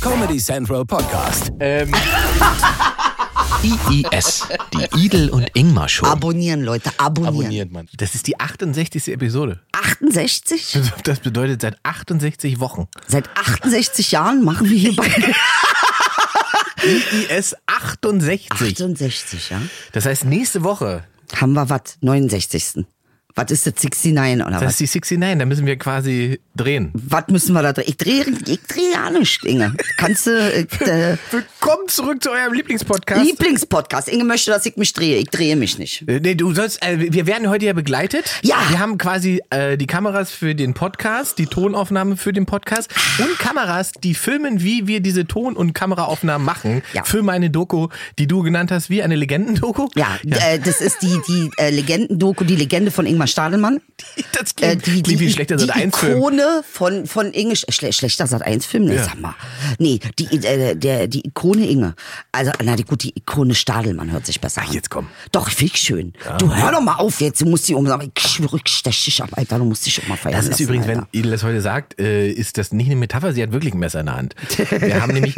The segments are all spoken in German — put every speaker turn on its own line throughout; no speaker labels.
Comedy Central Podcast.
Ähm,
IIS, die Idel und Ingmar Show.
Abonnieren, Leute, abonnieren.
abonniert man.
Das ist die 68. Episode.
68?
Das bedeutet seit 68 Wochen.
Seit 68 Jahren machen wir hier bei
IIS 68.
68, ja?
Das heißt, nächste Woche,
Haben wir was? 69. Was ist das? 69 oder
das
was?
ist die 69, da müssen wir quasi drehen.
Was müssen wir da drin? Ich drehe ich dreh ja nicht, Inge. Kannst du, äh,
Willkommen zurück zu eurem
der
Lieblingspodcast.
Lieblingspodcast. Inge möchte, dass ich mich drehe. Ich drehe mich nicht.
Äh, Nee, du sollst, äh, wir werden heute ja begleitet.
Ja.
Wir haben quasi äh, die Kameras für den Podcast, die Tonaufnahmen für den Podcast
Ah.
und Kameras, die filmen, wie wir diese Ton- und Kameraaufnahmen machen.
Ja.
Für meine Doku, die du genannt hast, wie eine Legendendoku.
Ja, Äh, das ist die, die äh, Legendendoku, die Legende von Ingmar Stadelmann.
Das
Äh,
klingt,
die,
klingt
die,
wie ein schlechter
die
Sat 1 Film.
Ikone von, von Inge, Schle schlechter Sat 1 Film, nee,
Ja.
sag mal. Nee, die, äh, der, die Ikone Inge. Also, na die, gut, die Ikone Stadelmann hört sich besser an.
jetzt komm.
Doch, finde ich schön. Du hör doch mal auf jetzt, du musst die umsagen. Ich schwöre, ich stech dich ab, Alter, du musst dich immer feiern
Das ist
lassen,
übrigens, wenn
Alter.
Idel das heute sagt, äh, ist das nicht eine Metapher, sie hat wirklich ein Messer in der Hand. Wir haben nämlich.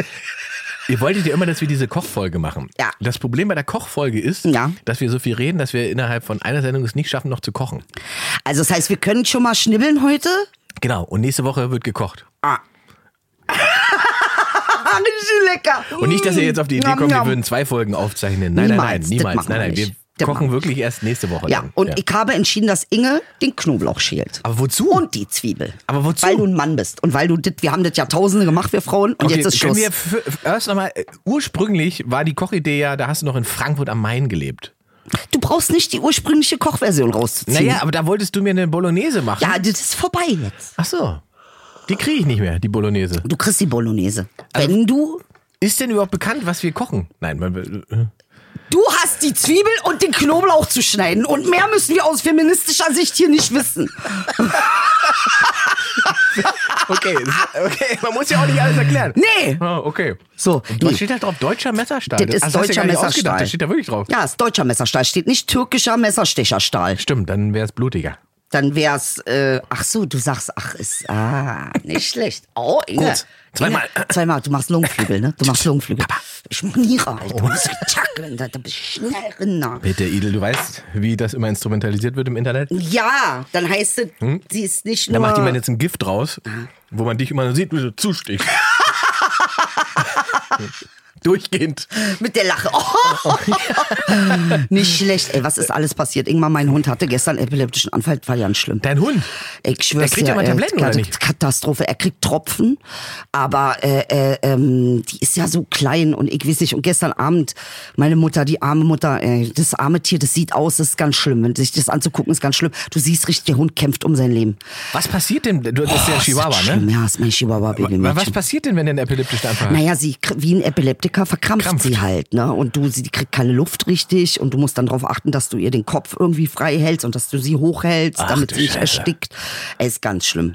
Ihr wolltet ja immer, dass wir diese Kochfolge machen.
Ja.
Das Problem bei der Kochfolge ist,
Ja.
dass wir so viel reden, dass wir innerhalb von einer Sendung es nicht schaffen, noch zu kochen.
Also, das heißt, wir können schon mal schnibbeln heute.
Genau. Und nächste Woche wird gekocht.
Ah, richtig lecker.
Und nicht, dass ihr jetzt auf die Idee
Nom,
kommt, wir
nom.
würden zwei Folgen aufzeichnen. Nein,
Niemals, das
nein, nein, niemals.
machen wir
Nein, nein. Wir
nicht. Das machen
kochen
wir
wirklich erst nächste Woche.
Ja,
dann.
und ich habe entschieden, dass Inge den Knoblauch schält.
Aber wozu?
Und die Zwiebel.
Aber wozu?
Weil du ein Mann bist. Und weil du dit, wir haben das Jahrtausende gemacht, wir Frauen. Und
Okay,
jetzt ist
können
Schluss.
Wir für- für- erst nochmal, äh, ursprünglich war die Kochidee ja, da hast du noch in Frankfurt am Main gelebt.
Du brauchst nicht die ursprüngliche Kochversion rauszuziehen.
Naja, aber da wolltest du mir eine Bolognese machen.
Ja, das ist vorbei jetzt.
Ach so. Die kriege ich nicht mehr, die Bolognese.
Du kriegst die Bolognese.
Also
Wenn du.
Ist denn überhaupt bekannt, was wir kochen? Nein, man, äh,
Du hast die Zwiebel und den Knoblauch zu schneiden. Und mehr müssen wir aus feministischer Sicht hier nicht wissen.
okay, okay, man muss ja auch nicht alles erklären.
Nee.
Ah, okay.
So,
Was
nee.
steht da drauf? Deutscher Messerstahl.
Das ist
hast du dir
deutscher
gar nicht
Messerstahl.
ausgedacht, Das steht da wirklich drauf.
Ja, ist deutscher Messerstahl. Steht nicht türkischer Messerstecherstahl.
Stimmt, dann wäre es blutiger.
Dann wär's, äh, ach so, du sagst, ach, ist, ah, nicht schlecht. Oh, Inge.
Gut, zweimal.
Inge, zweimal, du machst Lungenflügel, ne? Du machst Lungenflügel. Ich Nierer, Alter.
Oh.
Du musst tackeln, da da bist du schnell Rinder.
Bitte, Idel, du weißt, wie das immer instrumentalisiert wird im Internet.
Ja, dann heißt es, sie ist nicht
Da
nur...
Hm? macht jemand jetzt ein Gift raus, wo man dich immer nur sieht, wie du zustichst. Durchgehend.
Mit der Lache. Oh. Nicht schlecht. Ey, was ist alles passiert? Irgendwann mein Hund hatte gestern einen epileptischen Anfall, war ganz schlimm.
Dein Hund.
Ich
Der
schwör's
kriegt
dir,
ja mal
äh,
Tabletten, oder
Kat-
nicht?
Katastrophe. Er kriegt Tropfen, aber äh, äh, ähm, die ist ja so klein und ich weiß nicht. Und gestern Abend, meine Mutter, die arme Mutter, äh, das arme Tier, das sieht aus, das ist ganz schlimm. Wenn sich das anzugucken, ist ganz schlimm. Du siehst richtig, der Hund kämpft um sein Leben.
Was passiert denn? Du das ist ja
Oh,
ein
ist
Chihuahua,
das
ne?
schlimm. Ja, ist mein Chihuahua-Baby.
Aber Was
Mädchen.
passiert denn, wenn der einen epileptischen Anfall hat?
Naja, sie kr- wie ein Epileptiker verkrampft
Krampft.
sie halt, ne? Und du, sie die kriegt keine Luft richtig und du musst dann darauf achten, dass du ihr den Kopf irgendwie frei hältst und dass du sie hochhältst,
Ach,
damit
du
sie nicht
Scheiße.
erstickt. Ey, ist ganz schlimm.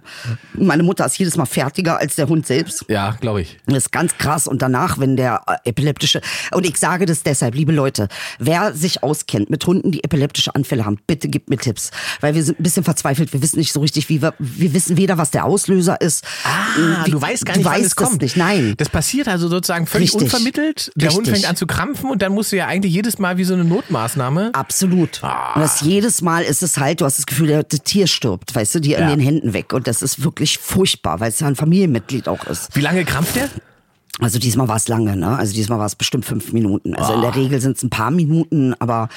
Meine Mutter ist jedes Mal fertiger als der Hund selbst.
Ja, glaube ich.
Das ist ganz krass. Und danach, wenn der äh, epileptische, und ich sage das deshalb, liebe Leute, wer sich auskennt mit Hunden, die epileptische Anfälle haben, bitte gebt mir Tipps. Weil wir sind ein bisschen verzweifelt. Wir wissen nicht so richtig, wie wir, wir wissen weder, was der Auslöser ist.
Ah, du weißt gar nicht,
du
wann
weißt
es kommt.
Es nicht. Nein.
Das passiert also sozusagen völlig
Richtig.
unvermittelt. Der Hund
Richtig.
fängt an zu krampfen und dann musst du ja eigentlich jedes Mal wie so eine Notmaßnahme.
Absolut.
Ah.
Und das jedes Mal ist es halt, du hast das Gefühl, der- das Tier stirbt, weißt du, dir
Ja.
in den Händen weg. Und das ist wirklich furchtbar, weil es ja ein Familienmitglied auch ist.
Wie lange krampft der?
Also diesmal war es lange, ne? Also diesmal war es bestimmt fünf Minuten. Also in
Ah.
der Regel sind es ein paar Minuten, aber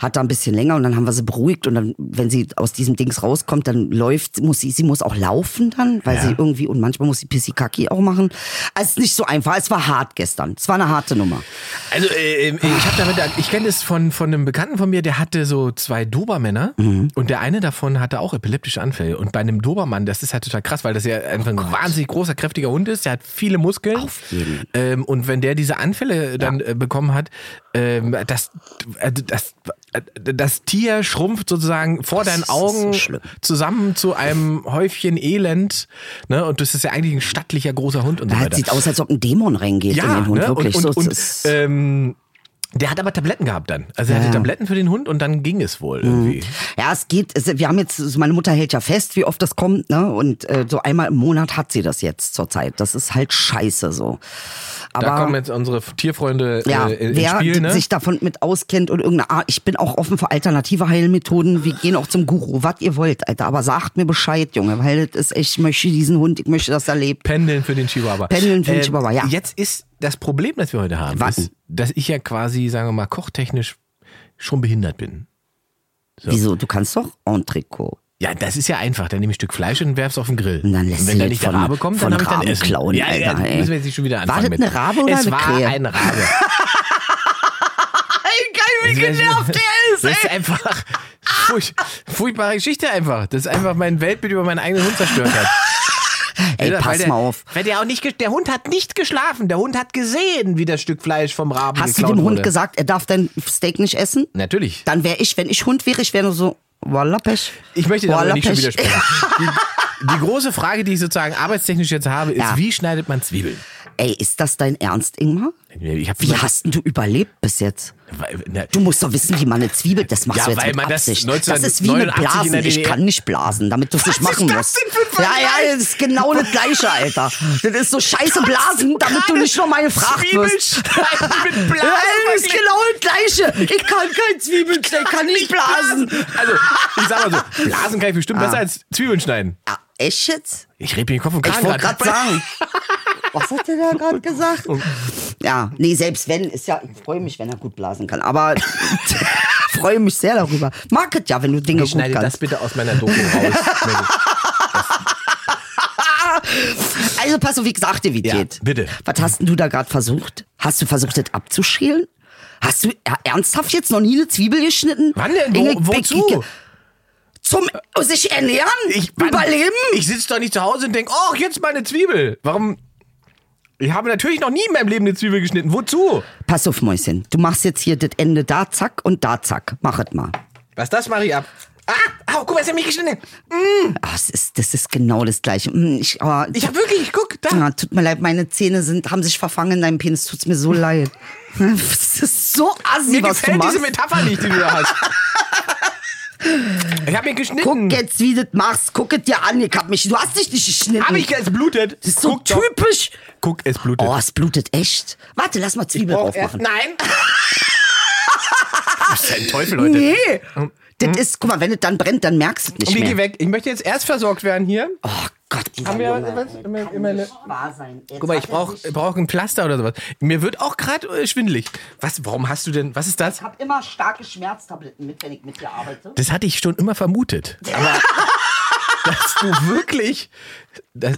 hat da ein bisschen länger und dann haben wir sie beruhigt und dann, wenn sie aus diesem Dings rauskommt, dann läuft, muss sie, sie muss auch laufen dann, weil
Ja.
sie irgendwie und manchmal muss sie Pissikaki auch machen. Also es ist nicht so einfach. Es war hart gestern. Es war eine harte Nummer.
Also äh, äh, ich habe damit, ich kenne das von von einem Bekannten von mir, der hatte so zwei Dobermänner
Mhm.
und der eine davon hatte auch epileptische Anfälle und bei einem Dobermann, das ist halt total krass, weil das ja einfach ein wahnsinnig großer kräftiger Hund ist, der hat viele Muskeln
Oh Auf jeden.
Ähm, und wenn der diese Anfälle dann äh, bekommen hat, ähm, das, äh, das äh, das Tier schrumpft sozusagen vor deinen
ist so
Augen
schlimm.
zusammen zu einem Häufchen Elend, ne? Und das ist ja eigentlich ein stattlicher großer Hund und so
Da
weiter.
sieht aus, als ob ein Dämon reingeht in den Hund,
ne?
wirklich.
Und,
so,
und,
es
und,
ist-
ähm, Der hat aber Tabletten gehabt dann. Also er hatte Tabletten für den Hund und dann ging es wohl irgendwie.
Ja, es geht. Es, wir haben jetzt, also meine Mutter hält ja fest, wie oft das kommt, ne? Und äh, so einmal im Monat hat sie das jetzt zurzeit. Das ist halt scheiße so. Aber
Da kommen jetzt unsere Tierfreunde
ja,
äh, ins
wer
Spiel, ne?
sich davon mit auskennt und irgendeine Art, ich bin auch offen für alternative Heilmethoden. Wir gehen auch zum Guru, was ihr wollt, Alter. Aber sagt mir Bescheid, Junge, weil das ist echt, ich möchte diesen Hund, ich möchte, dass er lebt.
Pendeln für den Chihuahua. Ähm,
Pendeln für den Chihuahua, ja.
Jetzt ist das Problem, das wir heute haben,
Was?
ist, dass ich ja quasi, sagen wir mal, kochtechnisch schon behindert bin.
Wieso? Du kannst doch Entrecot.
Ja, das ist ja einfach. Dann nehme ich ein Stück Fleisch und werf's auf den Grill.
Und dann lässt
wenn
du
da
jetzt
nicht der
von-
Rabe kommt,
von
dann habe ich dann
Raben
Essen.
klauen,
ja, ja,
Alter, ey.
müssen wir jetzt nicht schon wieder
War
anfangen
das
mit.
eine Rabe oder
es
eine
war
Krähe?
ein Rabe.
Ey,
Das wär- Das ist einfach furch, furchtbare Geschichte einfach. Das ist einfach mein Weltbild über meinen eigenen Hund zerstört hat.
Ey,
Alter, weil
pass
der,
mal auf.
Weil der, auch nicht, ge- der Hund hat nicht geschlafen. Der Hund hat gesehen, wie das Stück Fleisch vom Raben
Hast du
geklaut
dem
wurde.
Hund gesagt, er darf dein Steak nicht essen?
Natürlich.
Dann wäre ich, wenn ich Hund wäre, ich wäre nur so, Walla Pech.
Ich möchte darüber
Walla,
nicht schon
Pech.
widersprechen. Die, die große Frage, die ich sozusagen arbeitstechnisch jetzt habe, ist,
Ja.
wie schneidet man Zwiebeln?
Ey, ist das dein Ernst, Ingmar?
Ich hab
Wie hast denn du überlebt bis jetzt?
weil- ne. na,
Du musst doch wissen, wie man eine Zwiebel, das machst
Ja,
du jetzt
weil
mit
man das
Absicht.
1989
ist wie mit
in der
Blasen. Ich
DDR
kann nicht blasen, damit du es nicht
Was
machen
ist das
musst.
denn für ein
ja, ja,
Vergleich?
das ist genau das gleiche, Alter. Das ist so scheiße blasen, damit du nicht nochmal gefragt
Zwiebeln
wirst.
schneiden mit Blasen.
Ja, das ist genau das gleiche. Ich kann kein Zwiebeln, ich kann nicht blasen.
Also, ich sag mal so, Blasen kann ich
Ah.
bestimmt besser als Zwiebeln schneiden.
Ja, Ah, echt jetzt?
Ich rebe mir den Kopf und
Ich
Kragen
wollte gerade sagen. Was hat der da gerade gesagt? Ja, nee, selbst wenn, ist ja, ich freue mich, wenn er gut blasen kann. Aber freue mich sehr darüber. Mag es ja, wenn du Dinge
Ich
gut
schneide das
kannst.
bitte aus meiner Doku raus.
Also pass auf, wie gesagt, dir, wie
Ja,
geht.
bitte.
Was hast denn du da gerade versucht? Hast du versucht, das abzuschälen? Hast du ja, ernsthaft jetzt noch nie eine Zwiebel geschnitten?
Wann denn? Wo-
Inge-
wozu?
Inge- Zum äh, sich ernähren?
wann-
Überleben?
Ich sitze doch nicht zu Hause und denke, oh, jetzt mal eine Zwiebel. Warum? Ich habe natürlich noch nie in meinem Leben eine Zwiebel geschnitten. Wozu?
Pass auf, Mäuschen. Du machst jetzt hier das Ende da, zack, und da, zack. Mach es mal.
Was das mache ich ab? Ah, au, guck mal, es hat mich geschnitten.
Ah, es ist, das ist genau das Gleiche. Hm, Ich, aber,
Ich habe wirklich, guck, da.
Ah, tut mir leid, meine Zähne sind, haben sich verfangen in deinem Penis. Tut's mir so leid. Es ist so assi,
Mir
was du
gefällt
machst.
diese Metapher nicht, die du da hast. Ich habe mich geschnitten.
Guck jetzt, wie du das machst. Guck es dir an. Ich hab mich, du hast dich nicht geschnitten.
Hab ich, es blutet.
das ist so
guck, doch.
typisch.
guck, es blutet.
Oh, es blutet echt. Warte, lass mal Zwiebel
Brauch
drauf
erst-
machen.
Nein. Was ist ein Teufel, Leute?
Nee.
Hm.
Das ist, guck mal, wenn es dann brennt, dann merkst du es nicht
Ich geh
mehr.
weg. Ich möchte jetzt erst versorgt werden hier.
Oh Gott, dieser
Haben wir
Junge.
was? Immer, immer eine-
Wahr sein. Jetzt
Guck mal, ich
hat er
brauche
sich-
brauch ein Pflaster oder sowas. Mir wird auch gerade äh, schwindelig. Was, warum hast du denn, was ist das?
Ich hab immer starke Schmerztabletten mit, wenn ich mit dir arbeite.
Das hatte ich schon immer vermutet. Aber dass du wirklich, das,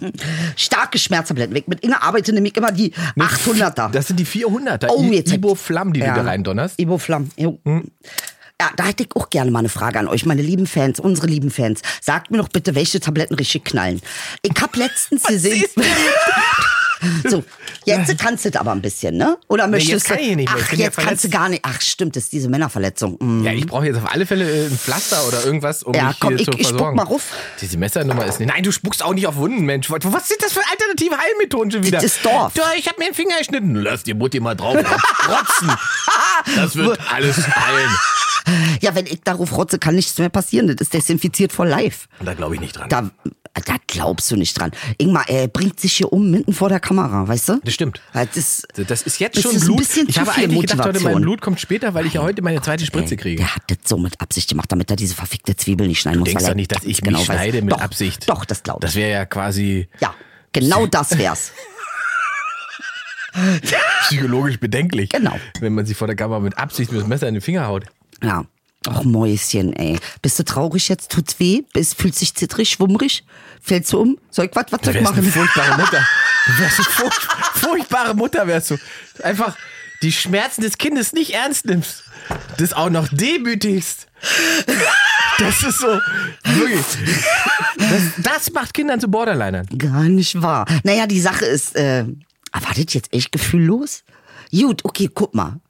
Starke Schmerztabletten weg. Mit Inge arbeite nämlich immer die 800er.
das sind die 400er
Oh,
I-
jetzt hab-
Ibo Flamm, die du da Hm. reindonnerst.
Ibo Flamm. Jo. Ja, da hätte ich auch gerne mal eine Frage an euch, meine lieben Fans, unsere lieben Fans. Sagt mir doch bitte, welche Tabletten richtig knallen. Ich hab letztens gesehen.
ist denn
so, jetzt kannst du das aber ein bisschen, ne? Oder möchtest
jetzt kann
du.
ich hier nicht mehr. Ich
Ach,
bin ja
jetzt kannst du
verletzt.
gar nicht. Ach, stimmt, das ist diese Männerverletzung. Mhm.
Ja, ich brauche jetzt auf alle Fälle äh, ein Pflaster oder irgendwas, um
Ja,
mich
komm,
hier
ich-
zu
ich spuck
versorgen.
mal ruf.
Diese Messernummer ist nicht. Nein, du spuckst auch nicht auf Wunden, Mensch. Was- Was sind das für alternative Heilmethoden schon wieder?
Das ist Dorf.
Ja, ich habe mir den Finger geschnitten. Lass die Mutti mal drauf rotzen. Das wird alles heilen.
Ja, wenn ich darauf rotze, kann nichts mehr passieren. Das ist desinfiziert for life.
Und da glaube ich nicht dran.
Da, da glaubst du nicht dran. Ingmar, er bringt sich hier um, mitten vor der Kamera, weißt du?
Das stimmt.
Das ist,
Das ist jetzt
das
schon
ist
Blut.
Ein bisschen
ich
zu
habe
viel
eigentlich gedacht, heute mein
Motivation.
Blut kommt später, weil ich ja heute meine zweite Spritze
Ey,
kriege.
Der hat das so mit Absicht gemacht, damit er diese verfickte Zwiebel nicht schneiden muss.
Denkst
weil
du
er
nicht, dass ich mich
ganz genau weiß-
schneide mit
doch,
Absicht?
Doch, das glaube ich.
Das wäre ja quasi
Ja, genau das wär's.
psychologisch bedenklich.
Genau.
Wenn man sich vor der Kamera mit Absicht mit dem Messer in den Finger haut.
Ja. Ach, Mäuschen, ey. Bist du traurig jetzt? Tut's weh? Bist, fühlst dich zittrig, schwummrig? Fällst du um? Soll ich was, was soll
Du
ich
wärst eine
machen?
furchtbare Mutter. Du wärst eine furcht, furchtbare Mutter wärst du. Einfach die Schmerzen des Kindes nicht ernst nimmst. Das auch noch demütigst. Das ist so, wirklich. Das, das macht Kindern zu Borderlinern.
Gar nicht wahr. Naja, die Sache ist, äh, aber war das jetzt echt gefühllos? Gut, okay, guck mal.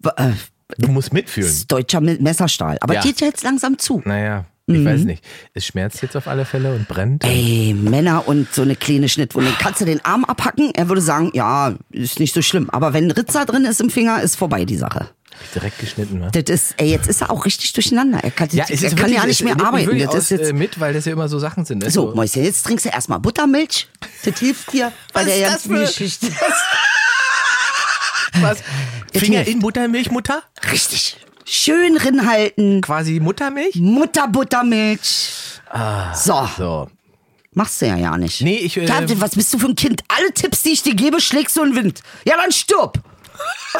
B- äh,
Du musst mitfühlen.
das ist deutscher Me- Messerstahl. Aber
Ja.
geht ja jetzt langsam zu.
Naja, ich weiß nicht. Es schmerzt jetzt auf alle Fälle und brennt.
Mhm. Ey, Männer und so eine kleine Schnittwunde. Kannst du den Arm abhacken? Er würde sagen, ja, ist nicht so schlimm. Aber wenn ein Ritzer drin ist im Finger, ist vorbei die Sache.
Direkt geschnitten, ne?
Das ist, ey, jetzt ist er auch richtig durcheinander. Er kann, er kann ja nicht mehr arbeiten. Das ist jetzt,
äh, mit, weil das ja immer ähm, so Sachen sind. ne?
so, Mäuschen, jetzt trinkst du erstmal Buttermilch. Das hilft dir bei
Was
der
ist das
ganzen
für-
Geschichte.
was?
Jetzt
Finger
hilft.
in Buttermilch, Mutter?
Richtig. Schön rinhalten.
Quasi Muttermilch?
Mutterbuttermilch. so,
So.
machst du ja ja nicht.
Ah. Nee, ich, äh,
Tante, was bist du für ein Kind? Alle Tipps, die ich dir gebe, schlägst du in den Wind. Ja, dann stirb.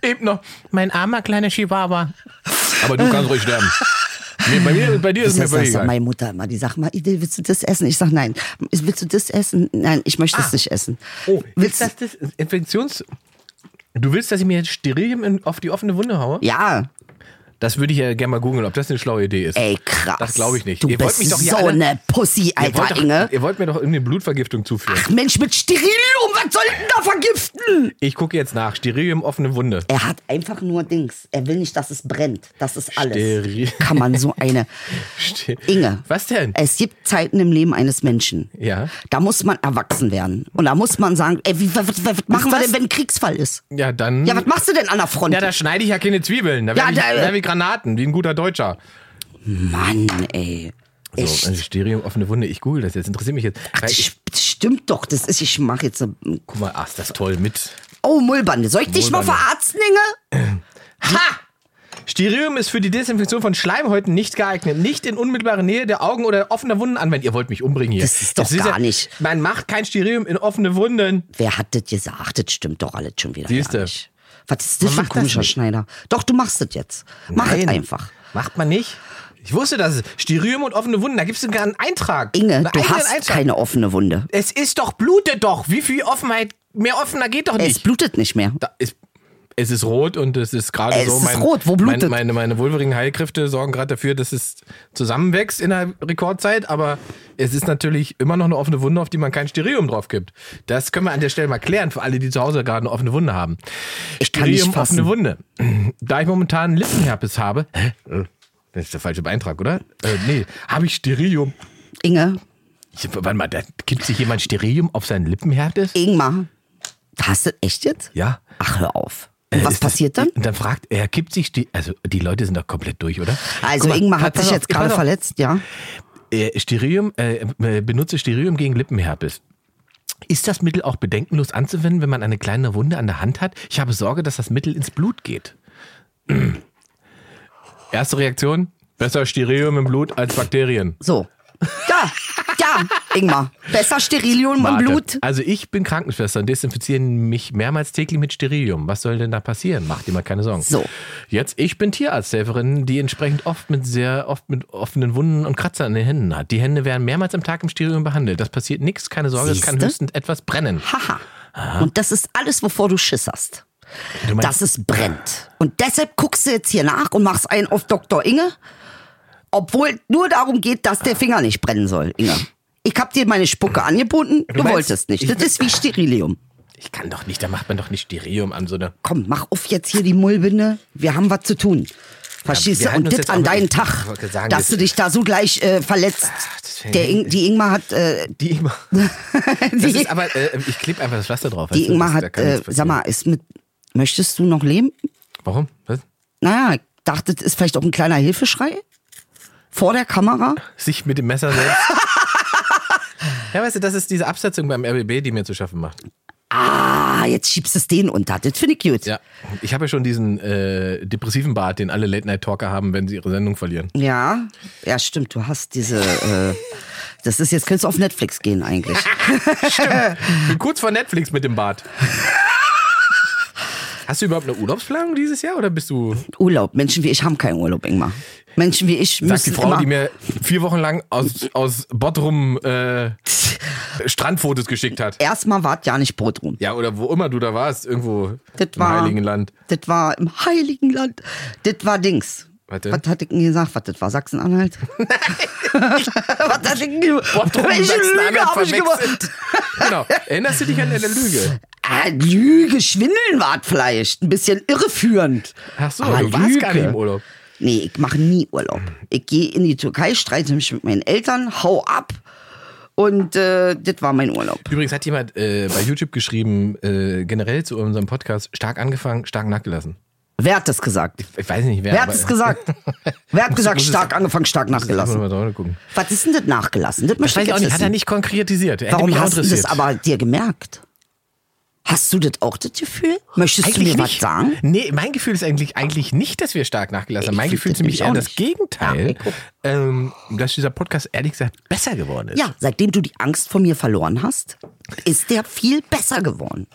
Eben noch. Mein armer kleiner Chihuahua. Aber du kannst ruhig sterben. Nee, bei, mir, bei dir ist mir
Das
völlig
sagt
egal.
meine Mutter immer. Die sagt mal, Idel, willst du das essen? Ich sag nein. Willst du das essen? Nein, ich möchte
Ah.
das nicht essen.
Oh,
willst
ist das das Infektions... Du willst, dass ich mir jetzt Sterilium in, auf die offene Wunde haue?
Ja,
Das würde ich ja gerne mal googeln, ob das eine schlaue Idee ist.
ey, krass.
Das glaube ich nicht.
Du
Ihr wollt
bist
mich doch hier
so
alle-
eine Pussy,
ihr, wollt
Alter, Inge.
doch, ihr wollt mir doch irgendeine Blutvergiftung zuführen.
Ach Mensch, mit Sterilium, was soll ich denn da vergiften?
Ich gucke jetzt nach. Sterilium offene Wunde.
Er hat einfach nur Dings. Er will nicht, dass es brennt. Das ist alles.
Steril-
Kann man so eine.
Ste-
Inge.
Was denn?
Es gibt Zeiten im Leben eines Menschen.
Ja.
Da muss man erwachsen werden. Und da muss man sagen, ey, wie, was, was, was machen wir
Was?
denn, wenn ein Kriegsfall ist?
Ja, dann...
Ja, was machst du denn an der Front?
Ja, da schneide ich ja keine Zwiebeln. Da
Ja,
werden
da-
ja, wie Granaten, wie ein guter Deutscher.
Mann, ey. Echt?
So, also Stereo offene Wunde. Ich google das jetzt. Interessiert mich jetzt. Weil
das,
ich,
st- das stimmt doch. Das ist, ich mache jetzt eine.
guck mal, ach, ist das toll mit.
Oh, Mullbande. Soll ich dich mal
Mullbande.
verarzten, Inge?
Ha! Sterium ist für die Desinfektion von Schleimhäuten nicht geeignet. Nicht in unmittelbarer Nähe der Augen oder offener Wunden anwenden. Ihr wollt mich umbringen hier.
Das ist doch gar nicht.
Man macht kein Sterium in offene Wunden.
Wer hat das gesagt? Das stimmt doch alles schon wieder.
Siehste.
gar nicht. Was ist das
Man
für ein
macht das
komischer
nicht.
Schneider? Doch, du machst das jetzt. Mach es
Nein.
einfach.
Macht man nicht. Ich wusste das. Sterium und offene Wunden. Da gibt es sogar einen Eintrag.
Inge,
Einen
du
eigenen
hast keine offene Wunde.
Es ist doch, blutet doch. Wie viel Offenheit? Mehr offener geht doch nicht.
Es blutet nicht mehr.
Da ist, es ist rot und es ist gerade
Es
so.
ist rot, wo blutet?
Meine, meine, meine Wolverine-Heilkräfte sorgen gerade dafür, dass es zusammenwächst in der Rekordzeit, aber es ist natürlich immer noch eine offene Wunde, auf die man kein Sterium drauf gibt. Das können wir an der Stelle mal klären für alle, die zu Hause gerade eine offene Wunde haben.
Ich kann nicht
Sterium, offene
fassen.
Wunde. Da ich momentan Lippenherpes habe. Hä? Äh, Das ist der falsche Eintrag, oder? Äh, nee, habe ich Sterium.
Inge,
Ich, warte mal, da gibt sich jemand Sterium auf seinen Lippenherpes?
Ingmar, hast du echt jetzt?
Ja.
Ach, hör auf.
Äh,
Und was
ist das-
passiert dann?
Und dann fragt er, kippt sich die, also die Leute sind doch komplett durch, oder?
Also
Guck mal, halt,
Ingmar
pass
hat sich
auf,
jetzt gerade
pass auf.
verletzt, ja.
Äh, Sterium, äh, äh, benutze Sterium gegen Lippenherpes. Ist das Mittel auch bedenkenlos anzuwenden, wenn man eine kleine Wunde an der Hand hat? Ich habe Sorge, dass das Mittel ins Blut geht. Erste Reaktion? Besser Sterium im Blut als Bakterien.
So. Ja, ja, Ingmar. Besser Sterilium im
Warte.
Blut.
Also ich bin Krankenschwester und desinfizieren mich mehrmals täglich mit Sterium. Was soll denn da passieren? Macht dir mal keine Sorgen.
So.
Jetzt, ich bin Tierarzthelferin, die entsprechend oft mit sehr oft mit offenen Wunden und Kratzern in den Händen hat. Die Hände werden mehrmals am Tag im Sterium behandelt. Das passiert nichts, keine Sorge, es kann
Siehste?
höchstens etwas brennen.
Haha. Und das ist alles, wovor du Schiss hast.
Du meinst-
Dass es brennt. Und deshalb guckst du jetzt hier nach und machst einen auf Dr. Inge, obwohl nur darum geht, dass der Finger nicht brennen soll, Inge. Ich hab dir meine Spucke angeboten, du,
meinst,
wolltest nicht.
ich
Das
bin-
ist wie Sterilium.
Ich kann doch nicht, da macht man doch nicht Sterium an so eine.
Komm, mach auf jetzt hier die Mullbinde. Wir haben was zu tun. Verstehst
wir
du?
halten
Und
uns
das
jetzt
an
auch mal-
deinen
Ich
Tag,
wollte sagen,
dass
das- Ah,
du dich da so gleich äh, verletzt.
das wär-
Der Ing die Ingmar hat äh,
Die Ingmar. Das
die,
ist aber, äh, ich klebe einfach das Pflaster drauf.
die
weißt du,
Ingmar
das- da
hat,
kann
äh,
nichts
sag mal,
passieren.
ist mit, möchtest du noch leben?
Warum? Was?
Naja, ich dachte, das ist vielleicht auch ein kleiner Hilfeschrei. Vor der Kamera.
Sich mit dem Messer selbst. ja, weißt du, das ist diese Absetzung beim RBB, die mir zu schaffen macht.
Ah, jetzt schiebst du es den unter. Das finde ich gut.
Ja, ich habe ja schon diesen äh, depressiven Bart, den alle Late-Night-Talker haben, wenn sie ihre Sendung verlieren.
Ja, ja, stimmt. Du hast diese. Äh, das ist jetzt könntest du auf Netflix gehen eigentlich.
Ich bin kurz vor Netflix mit dem Bart. Hast du überhaupt eine Urlaubsplanung dieses Jahr oder bist du,
Urlaub. Menschen wie ich haben keinen Urlaub, Ingmar. Menschen wie ich
sagt die
müssen
Frau,
immer.
die mir vier Wochen lang aus, aus Bottrum äh, Strandfotos geschickt hat?
Erstmal wart ja nicht Brot rum.
Ja, oder wo immer du da warst, irgendwo
Das
im
war-
Heiligen Land.
Das war im Heiligen Land. Das war Dings.
Was denn?
was hatte ich denn gesagt? Was das war? Sachsen-Anhalt? Nein. was hatte ich denn gesagt?
Bottrum,
Welche
Sachsen-Anhalt
Lüge habe ich
verwechselt.
gemacht?
Genau. Erinnerst du dich an deine Lüge?
Ah, Lüge, Schwindeln war es vielleicht. Ein bisschen irreführend.
Ach so,
Aber
du warst gar nicht im Urlaub.
Nee, ich mache nie Urlaub. Ich gehe in die Türkei, streite mich mit meinen Eltern, hau ab Und äh, das war mein Urlaub.
Übrigens hat jemand äh, bei YouTube geschrieben, äh, generell zu unserem Podcast, stark angefangen, stark nachgelassen.
Wer hat das gesagt?
Ich weiß nicht, wer.
Wer hat es gesagt? Wer hat gesagt,
muss es-
stark angefangen, stark
Lassen.
nachgelassen?
Mal da gucken.
Was ist denn das nachgelassen? Das
Das
möchte
weiß ich auch
jetzt
nicht, hat er
wissen.
nicht konkretisiert. Hätte
Warum
mich auch
hast du das
interessiert.
aber dir gemerkt? Hast du das auch, das Gefühl? Möchtest
Eigentlich
du mir
nicht.
was sagen?
Nee, mein Gefühl ist eigentlich, eigentlich nicht, dass wir stark nachgelassen haben.
Ich
Mein
find
Gefühl
das
ist nämlich
nämlich
eher das
auch nicht.
Gegenteil,
Ja, ich guck.
ähm, dass dieser Podcast ehrlich gesagt besser geworden ist.
Ja, seitdem du die Angst vor mir verloren hast, ist der viel besser geworden.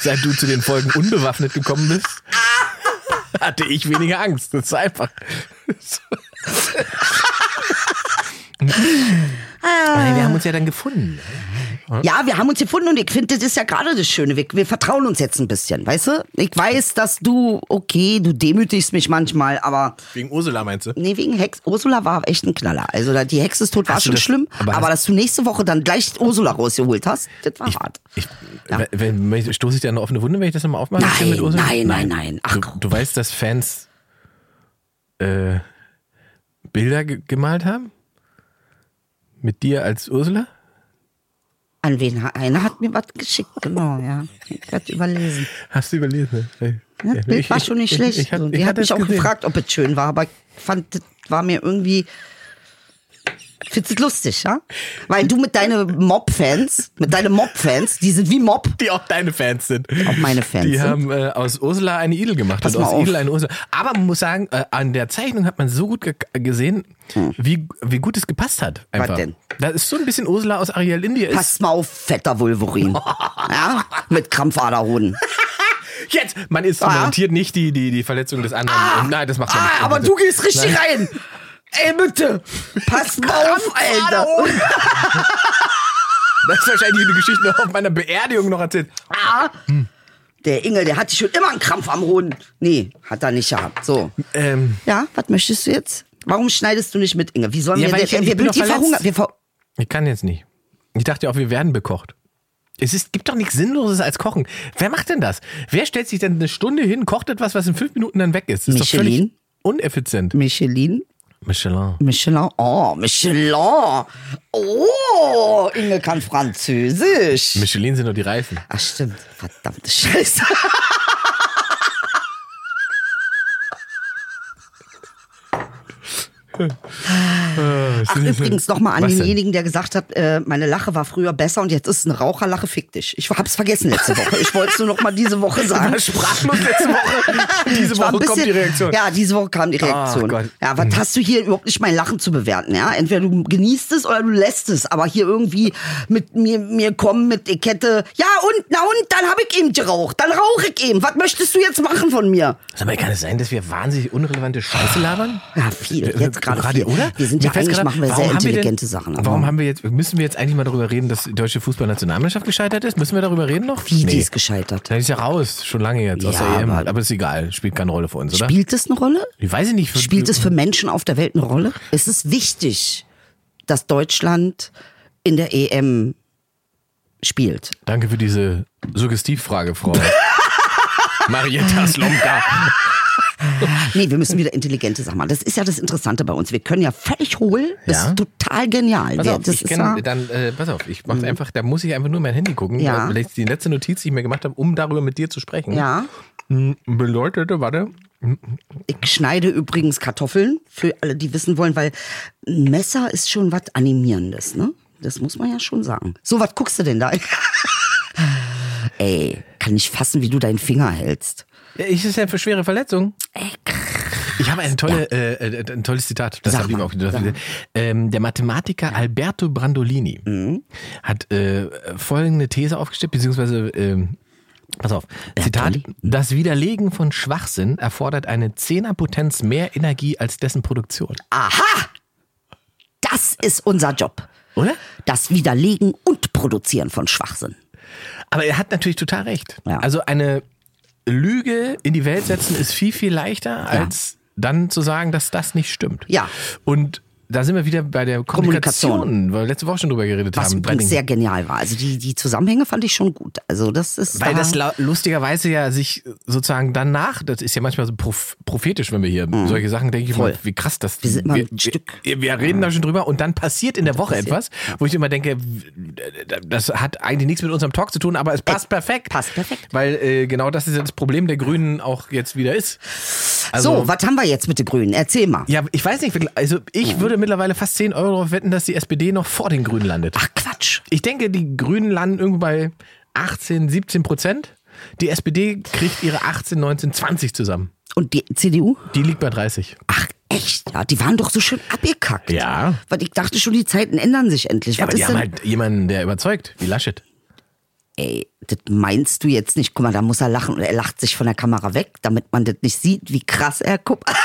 Seit du zu den Folgen unbewaffnet gekommen bist, hatte ich weniger Angst. Das ist einfach.
Ah.
Nein, wir haben uns ja dann gefunden.
Ja, wir haben uns gefunden und ich finde, das ist ja gerade das Schöne. Wir, wir vertrauen uns jetzt ein bisschen, weißt du? Ich weiß, dass du, okay, du demütigst mich manchmal, aber
Wegen Ursula meinst du?
nee, wegen Hex, Ursula war echt ein Knaller. Also da- die Hexe ist tot, war
Hast du
schon
das-
schlimm,
aber
aber,
hast-
dass du nächste Woche dann gleich Ursula rausgeholt hast, das war hart.
Ich,
Ja.
wenn, wenn, stoße ich dir an eine offene Wunde, wenn ich das nochmal aufmache?
Nein,
mit Ursula?
nein, nein, nein. Ach,
du,
komm.
du weißt, dass Fans äh, Bilder ge gemalt haben? Mit dir als Ursula?
An wen? Einer hat mir was geschickt, genau, ja. Ich werde überlesen.
Hast du überlesen? ne?
Ja, das Bild
Ich-
war schon nicht
ich-
schlecht.
Ich, ich, hab-
Und
ich
die hat
hatte
mich
es
auch
gesehen.
gefragt, ob es schön war, aber ich fand, das war mir irgendwie. Findest du lustig, ja? Weil du mit deinen Mob-Fans, mit deinen Mob-Fans, die sind wie Mob.
die auch deine Fans sind.
Auch meine Fans
Die
sind.
haben äh, aus Ursula eine Idel gemacht
Pass
und
mal
aus
auf.
Idel eine Ursula. Aber man muss sagen, äh, an der Zeichnung hat man so gut ge gesehen, wie, wie gut es gepasst hat. Einfach.
Hm. denn?
Da ist so ein bisschen Ursula aus Ariel India. Ist.
Pass mal auf, fetter Wolverin. Ja? Mit Krampfaderhoden.
Jetzt! Man ist
Ah.
montiert nicht die, die, die Verletzung des anderen. Nein, das macht man nicht.
Ah, aber du gehst richtig rein. Ey, bitte. Pass mal auf, Alter.
Das ist wahrscheinlich eine Geschichte noch auf meiner Beerdigung noch erzählt.
Ah.
Hm.
Der Engel, der hatte schon immer einen Krampf am Hoden. Nee, hat er nicht gehabt. So.
Ähm,
Ja, was möchtest du jetzt? Warum schneidest du nicht mit, Inge? Wie sollen
Ja,
wir
weil
denn?
ich- ich
wir
bin
sind
doch
die
verletzt.
verhungert. Wir ver
ich kann jetzt nicht. Ich dachte ja auch, wir werden bekocht. Es ist, gibt doch nichts Sinnloses als Kochen. Wer macht denn das? Wer stellt sich denn eine Stunde hin, kocht etwas, was in fünf Minuten dann weg ist? Das ist
Michelin?
doch völlig uneffizient.
Michelin?
Michelin.
Michelin? Oh, Michelin. Oh, Inge kann Französisch.
Michelin sind nur die Reifen.
Ach, stimmt. Verdammte Scheiße. Ach, übrigens nochmal an
Was denn?
denjenigen, der gesagt hat, äh, meine Lache war früher besser und jetzt ist eine Raucherlache, fick dich. Ich hab's vergessen letzte Woche. Ich wollte es nur nochmal diese Woche sagen.
sprachlos letzte Woche. Diese
Ich war
Woche
ein
kommt die Reaktion. Ah,
Ja, diese Woche kam die Reaktion.
Gott. Mhm.
ja, was hast du hier überhaupt nicht mein Lachen zu bewerten? Ja, entweder du genießt es oder du lässt es. Aber hier irgendwie mit mir, mir kommen mit ich hätte, ja und na und dann habe ich eben geraucht, dann rauche ich eben. Was möchtest du jetzt machen von mir?
Sag mal, kann es sein, dass wir wahnsinnig unrelevante Scheiße labern?
Ja, viel.
Wir-
Ah, Jetzt gerade viel.
oder?
Wir sind
Mir
ja
fällt's
eigentlich,
gerade-
machen wir
warum
sehr
haben denn-
intelligente Sachen, aber-
Warum haben wir jetzt, müssen wir jetzt eigentlich mal darüber reden, dass die deutsche Fußballnationalmannschaft gescheitert ist? Müssen wir darüber reden noch?
Wie die ist gescheitert.
Dann ist ja raus, schon lange jetzt aus
Ja,
der EM.
aber-
Aber ist egal, spielt keine Rolle für uns, oder?
Spielt es eine Rolle?
ich weiß nicht. Für,
Spielt es für Menschen auf der Welt eine Rolle? Es ist wichtig, dass Deutschland in der EM spielt.
Danke für diese Suggestivfrage, Frau Marietta Slomka.
Nee, wir müssen wieder intelligente Sachen machen. Das ist ja das Interessante bei uns. Wir können ja völlig hohl. Das
Ja.
ist total genial.
Pass
Wir-
auf,
das
ich
ist
kenn,
ja,
dann, äh, pass auf, ich mach's einfach, da muss ich einfach nur mein Handy gucken.
Ja.
Weil ich die letzte Notiz, die ich mir gemacht habe, um darüber mit dir zu sprechen,
ja.
m, bedeutete, warte,
Ich schneide übrigens Kartoffeln für alle, die wissen wollen, weil ein Messer ist schon was Animierendes, ne? Das muss man ja schon sagen. So, was guckst du denn da? Ey, kann nicht fassen, wie du deinen Finger hältst.
Ja, Ist es denn für schwere Verletzungen? Ich habe eine tolle, äh, äh, ein tolles Zitat. Das
Sag
habe ich
mal,
auch.
sag mal.
ähm, der Mathematiker Alberto Brandolini
Mhm.
hat äh, folgende These aufgestellt, beziehungsweise, ähm, pass auf, Zitat, das Widerlegen von Schwachsinn erfordert eine Zehnerpotenz mehr Energie als dessen Produktion.
Aha! Das ist unser Job.
Oder?
Das Widerlegen und Produzieren von Schwachsinn.
Aber er hat natürlich total recht.
Ja.
Also eine Lüge in die Welt setzen ist viel, viel leichter, als dann zu sagen, dass das nicht stimmt.
Ja.
Und da sind wir wieder bei der Kommunikation,
Kommunikation.
weil wir letzte Woche schon drüber geredet
Was
haben. bei den-
übrigens sehr genial war. Also die, die Zusammenhänge fand ich schon gut. Also das ist
Weil
da,
das lau- lustigerweise ja sich sozusagen danach, das ist ja manchmal so proph prophetisch, wenn wir hier solche Sachen denke ich mal, wie krass das
Mhm. Wir sind mal ein
wir,
Stück.
Wir, wir reden da schon drüber und dann passiert in der Woche etwas, wo ich immer denke, das hat eigentlich nichts mit unserem Talk zu tun, aber es passt perfekt.
passt perfekt.
Weil äh, genau das ist ja das Problem der Grünen auch jetzt wieder ist. Also
so, was haben wir jetzt mit den Grünen? Erzähl mal.
Ja, ich weiß nicht, also ich
Mhm.
würde mittlerweile fast 10 Euro darauf wetten, dass die SPD noch vor den Grünen landet.
Ach Quatsch.
Ich denke, die Grünen landen irgendwo bei 18, 17 Prozent. Die SPD kriegt ihre 18, 19, 20 zusammen.
Und die CDU?
Die liegt bei 30.
Ach echt? Ja, die waren doch so schön abgekackt.
Ja.
Weil ich dachte schon, die Zeiten ändern sich endlich.
Ja,
was
aber die
ist
haben
denn?
halt jemanden, der überzeugt, wie Laschet.
Ey, das meinst du jetzt nicht? Guck mal, da muss er lachen und er lacht sich von der Kamera weg, damit man das nicht sieht, wie krass er guckt.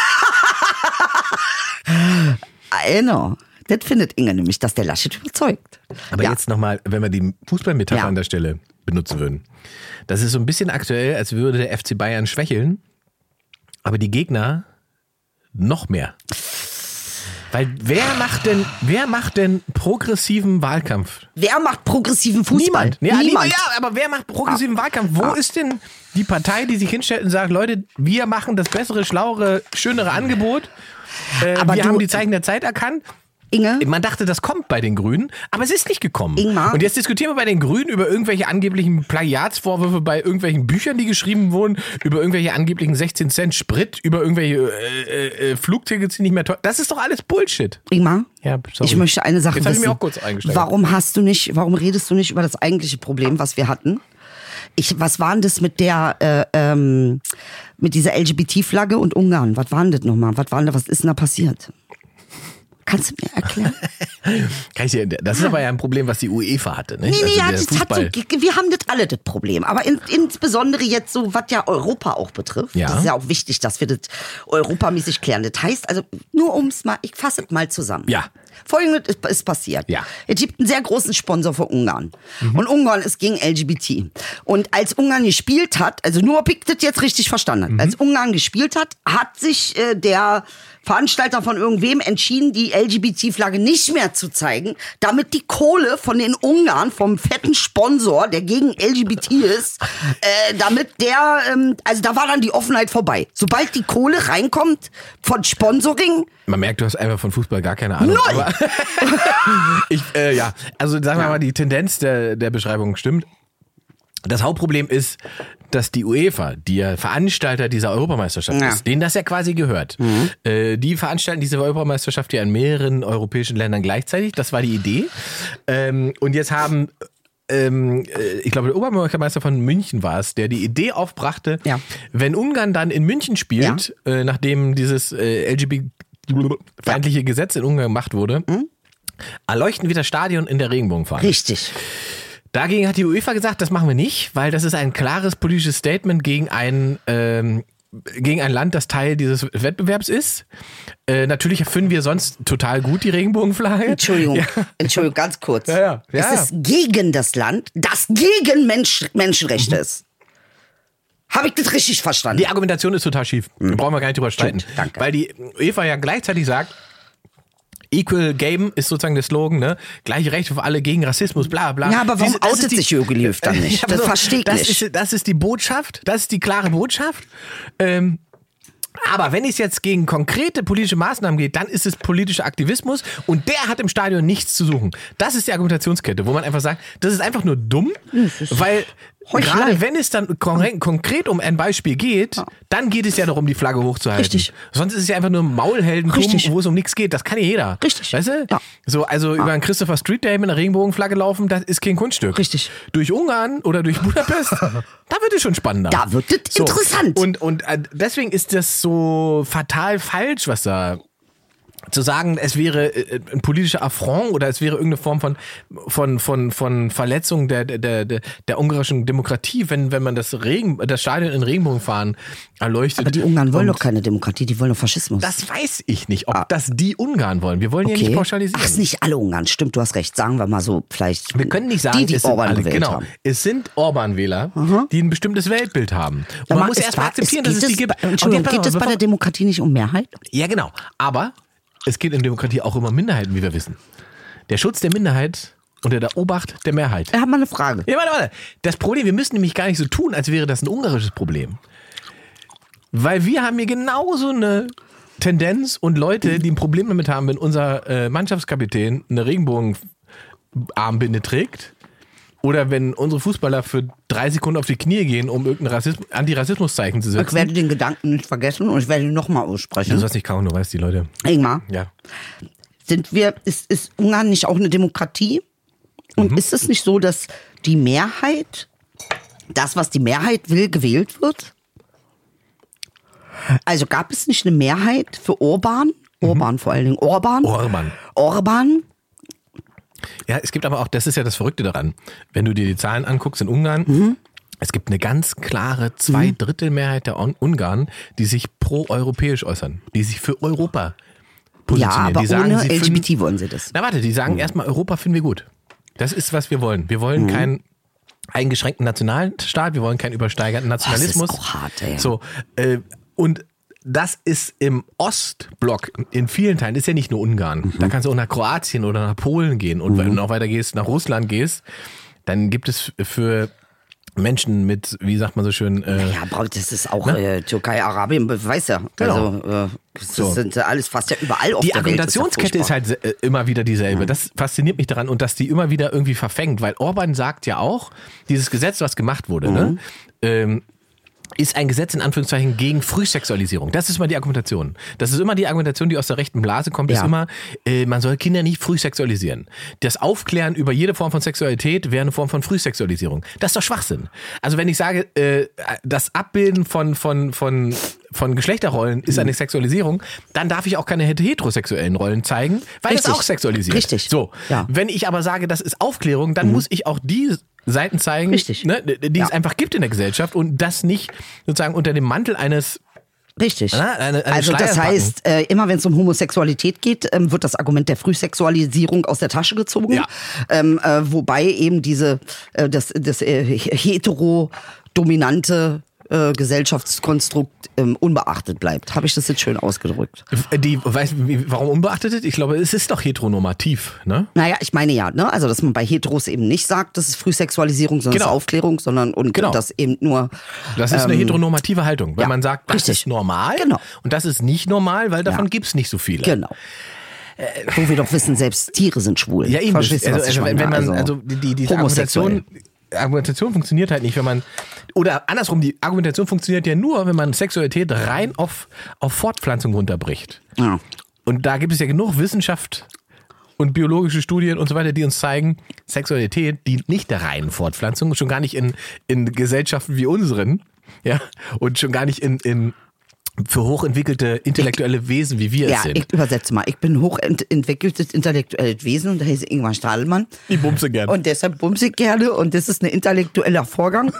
Genau. Das findet Inge nämlich, dass der Laschet überzeugt.
Aber
ja.
jetzt nochmal, wenn wir die Fußballmetapher
Ja.
an der Stelle benutzen würden. Das ist so ein bisschen aktuell, als würde der FC Bayern schwächeln, aber die Gegner noch mehr. Weil wer macht denn, wer macht denn progressiven Wahlkampf?
Wer macht progressiven Fußball?
Niemand. Ja,
Niemand. Ah.
niemand. ja, aber wer macht progressiven Wahlkampf? Wo ist denn die Partei, die sich hinstellt und sagt, Leute, wir machen das bessere, schlauere, schönere Angebot? Äh,
Aber
wir
du-
haben die Zeichen der Zeit erkannt.
Inge?
Man dachte, das kommt bei den Grünen, aber es ist nicht gekommen.
Ingmar?
Und jetzt diskutieren wir bei den Grünen über irgendwelche angeblichen Plagiatsvorwürfe bei irgendwelchen Büchern, die geschrieben wurden, über irgendwelche angeblichen 16 Cent Sprit, über irgendwelche äh, äh, äh, Flugtickets, die nicht mehr teuer. Das ist doch alles Bullshit.
Ingmar,
Ja, sorry.
ich möchte eine Sache
Jetzt hab ich
wissen.
mich auch kurz eingesteigert.
warum hast du nicht, warum redest du nicht über das eigentliche Problem, was wir hatten? Ich, was war denn das mit der, äh, ähm, mit dieser LGBT-Flagge und Ungarn? Was war denn das nochmal? Was war denn, da- was ist denn da passiert? Kannst du mir erklären?
Kann ich dir, das ist aber ja ein Problem, was die UEFA hatte. Nicht?
Nee, nee,
Also
ja,
der
das hat so,
Fußball-
wir haben das alle das Problem. Aber in, insbesondere jetzt so, was ja Europa auch betrifft.
Ja.
Das ist ja auch wichtig, dass wir das europamäßig klären. Das heißt also, nur ums mal, ich fasse es mal zusammen.
Ja.
Folgendes ist, ist passiert.
Ja. Mhm.
Es gibt einen sehr großen Sponsor für Ungarn. Und Ungarn ist gegen LGBT. Und als Ungarn gespielt hat, also nur ob ich das jetzt richtig verstanden habe,
Mhm.
als Ungarn gespielt hat, hat sich äh, der Veranstalter von irgendwem entschieden, die LGBT-Flagge nicht mehr zu zeigen, damit die Kohle von den Ungarn, vom fetten Sponsor, der gegen LGBT ist, äh, damit der, ähm, also da war dann die Offenheit vorbei. Sobald die Kohle reinkommt von Sponsoring,
Man merkt, du hast einfach von Fußball gar keine Ahnung.
Null!
Aber ich, äh, ja, also sagen wir mal, die Tendenz der, der Beschreibung stimmt. Das Hauptproblem ist, dass die UEFA, die ja Veranstalter dieser Europameisterschaft
Ja.
ist, denen das ja quasi gehört. Äh, die veranstalten diese Europameisterschaft ja in mehreren europäischen Ländern gleichzeitig. Das war die Idee. Ähm, und jetzt haben, ähm, äh, ich glaube, der Oberbürgermeister von München war es, der die Idee aufbrachte,
Ja.
wenn Ungarn dann in München spielt, äh, nachdem dieses äh, LGBT-feindliche Gesetz in Ungarn gemacht wurde, erleuchten wir das Stadion in der Regenbogenfahne.
richtig.
Dagegen hat die UEFA gesagt, das machen wir nicht, weil das ist ein klares politisches Statement gegen ein, ähm, gegen ein Land, das Teil dieses Wettbewerbs ist. Äh, natürlich finden wir sonst total gut die Regenbogenflagge.
Entschuldigung, Entschuldigung, ganz kurz.
Ja, ja, ja,
Es ist gegen das Land, das gegen Mensch,
Mhm.
Menschenrechte ist. Habe ich das richtig verstanden?
Die Argumentation ist total schief. Da brauchen wir gar nicht drüber streiten.
Mhm. Stimmt, danke.
Weil die Eva ja gleichzeitig sagt, Equal Game ist sozusagen der Slogan, ne? Gleiche Rechte für alle gegen Rassismus, bla bla.
Ja, aber warum
Diese- das
outet
ist die-
sich Jürgen Löw dann nicht?
aber
Das versteh ich
das
nicht.
Ist, das ist die Botschaft, das ist die klare Botschaft. Ähm, aber wenn es jetzt gegen konkrete politische Maßnahmen geht, dann ist es politischer Aktivismus und der hat im Stadion nichts zu suchen. Das ist die Argumentationskette, wo man einfach sagt, das ist einfach nur dumm, weil
Heuchelei.
gerade wenn es dann konkret, konkret um ein Beispiel geht, dann geht es ja darum, die Flagge hochzuhalten.
Richtig.
Sonst ist es ja einfach nur Maulheldentum,
Richtig.
wo es um nichts geht. Das kann ja jeder.
Richtig.
Weißt du?
Ja.
So, also über einen Christopher Street Day mit einer Regenbogenflagge laufen, das ist kein Kunststück.
Richtig.
Durch Ungarn oder durch Budapest, da wird es schon spannender.
Da wird es interessant.
Und, und äh, deswegen ist das so fatal falsch, was da zu sagen, es wäre äh, ein politischer Affront oder es wäre irgendeine Form von von von von Verletzung der der der, der ungarischen Demokratie, wenn wenn man das Regen das Stadion in Regenbogenfahren erleuchtet.
aber die Ungarn wollen doch keine Demokratie, die wollen doch Faschismus.
Das weiß ich nicht, ob das die Ungarn wollen. Wir wollen ja
Okay.
nicht pauschalisieren.
Ach, ist nicht alle Ungarn, stimmt, du hast recht. Sagen wir mal so, vielleicht.
Wir können nicht sagen,
die, die
es sind
Orban
alle,
gewählt
genau.
haben.
Es sind Orban-Wähler, die ein bestimmtes Weltbild haben. Und man
Aber
muss
es
erst mal
war-
akzeptieren,
es
dass es die
geht
gibt. Und
Entschuldigung,
jetzt pass
geht es
auf,
bei der
bevor-
Demokratie nicht um Mehrheit?
ja, genau. Aber es geht in Demokratie auch immer um Minderheiten, wie wir wissen. Der Schutz der Minderheit unter der Obacht der Mehrheit.
Wir haben mal eine Frage.
Ja, warte, warte. Das Problem, wir müssen nämlich gar nicht so tun, als wäre das ein ungarisches Problem. Weil wir haben hier genauso eine Tendenz und Leute, die ein Problem damit haben, wenn unser äh, Mannschaftskapitän eine Regenbogenarmbinde trägt oder wenn unsere Fußballer für drei Sekunden auf die Knie gehen, um irgendein Rassismus, Antirassismuszeichen zu
Ich
setzen.
werde den Gedanken nicht vergessen und ich werde ihn nochmal
Du
aussprechen.
sollst nicht kauen, du weißt die Leute.
Ingmar,
Ja.
sind wir, ist, ist Ungarn nicht auch eine Demokratie? Und
Mhm.
ist es nicht so, dass die Mehrheit, das, was die Mehrheit will, gewählt wird? Also gab es nicht eine Mehrheit für Orban? Orban vor allen Dingen. Orban?
Mhm. Orban.
Orban?
Ja, es gibt aber auch, das ist ja das Verrückte daran. Wenn du dir die Zahlen anguckst in Ungarn,
Mhm.
es gibt eine ganz klare Zweidrittelmehrheit der Un- Ungarn, die sich pro-europäisch äußern, die sich für Europa
Ja,
positionieren.
aber
die sagen,
ohne
sie
LGBT
finden,
wollen sie das.
Na warte, die
Hm.
sagen erstmal, Europa finden wir gut. Das ist, was wir wollen. Wir wollen keinen eingeschränkten Nationalstaat, wir wollen keinen übersteigerten
das ist
Nationalismus.
auch hart, ey.
So, äh, und das ist im Ostblock in vielen Teilen, ist ja nicht nur Ungarn.
Mhm.
Da kannst du auch nach Kroatien oder nach Polen gehen. Und wenn du noch weiter gehst, nach Russland gehst, dann gibt es für Menschen mit, wie sagt man so schön, äh,
Ja, aber das ist auch äh, Türkei, Arabien, be- weiß ja.
Ne? Genau.
Also, äh, das
So.
sind alles fast ja überall auf
die
der Welt. ist ja Mhm.
Argumentationskette ist
furchtbar.
halt äh, immer wieder dieselbe. Das fasziniert mich daran und dass die immer wieder irgendwie verfängt, weil Orban sagt ja auch, dieses Gesetz, was gemacht wurde,
Mhm.
ne, ähm, ist ein Gesetz in Anführungszeichen gegen Frühsexualisierung. Das ist immer die Argumentation. Das ist immer die Argumentation, die aus der rechten Blase kommt, ist
Ja.
immer, äh, man soll Kinder nicht frühsexualisieren. Das Aufklären über jede Form von Sexualität wäre eine Form von Frühsexualisierung. Das ist doch Schwachsinn. Also wenn ich sage, äh, das Abbilden von, von, von, von Geschlechterrollen ist
Hm.
eine Sexualisierung, dann darf ich auch keine heterosexuellen Rollen zeigen, weil das
Richtig.
auch sexualisiert.
Richtig.
So.
Ja.
Wenn ich aber sage, das ist Aufklärung, dann muss ich auch die Seiten zeigen,
Richtig.
Ne, die es
Ja.
einfach gibt in der Gesellschaft und das nicht sozusagen unter dem Mantel eines
Richtig.
Ah, eine- eine
also das
Schleier packen.
heißt, äh, immer wenn es um Homosexualität geht, ähm, wird das Argument der Frühsexualisierung aus der Tasche gezogen.
Ja.
Ähm, äh, wobei eben diese äh, das, das äh, heterodominante äh, Gesellschaftskonstrukt ähm, unbeachtet bleibt. Habe ich das jetzt schön ausgedrückt?
die weiß wie- warum unbeachtet ist? Ich glaube, es ist doch heteronormativ, ne?
Naja, ich meine ja, ne? also dass man bei Heteros eben nicht sagt, das ist Frühsexualisierung, sondern
Genau.
das ist Aufklärung, sondern und
Genau.
das eben nur
Das ist eine heteronormative Haltung, weil
ja,
man sagt, das
richtig.
ist normal
Genau.
und das ist nicht normal, weil davon
Ja.
gibt's nicht so viele.
Genau. Wo wir doch wissen, selbst Tiere sind schwul.
Ja, eben.
Verstehst du,
also,
was ich
also, wenn
meine?
wenn man, also die, die, die
homosexuell.
Argumentation, Argumentation funktioniert halt nicht, wenn man, oder andersrum, die Argumentation funktioniert ja nur, wenn man Sexualität rein auf, auf Fortpflanzung runterbricht.
Ja.
Und da gibt es ja genug Wissenschaft und biologische Studien und so weiter, die uns zeigen, Sexualität dient nicht der reinen Fortpflanzung, schon gar nicht in, in Gesellschaften wie unseren, ja, und schon gar nicht in, in für hochentwickelte intellektuelle Wesen, wie wir es
Ja,
sind.
ich übersetze mal. Ich bin hochentwickeltes intellektuelles Wesen und da heiße Ingmar Stadelmann.
Ich bumse gern.
Und deshalb bumse ich gerne und das ist ein intellektueller Vorgang.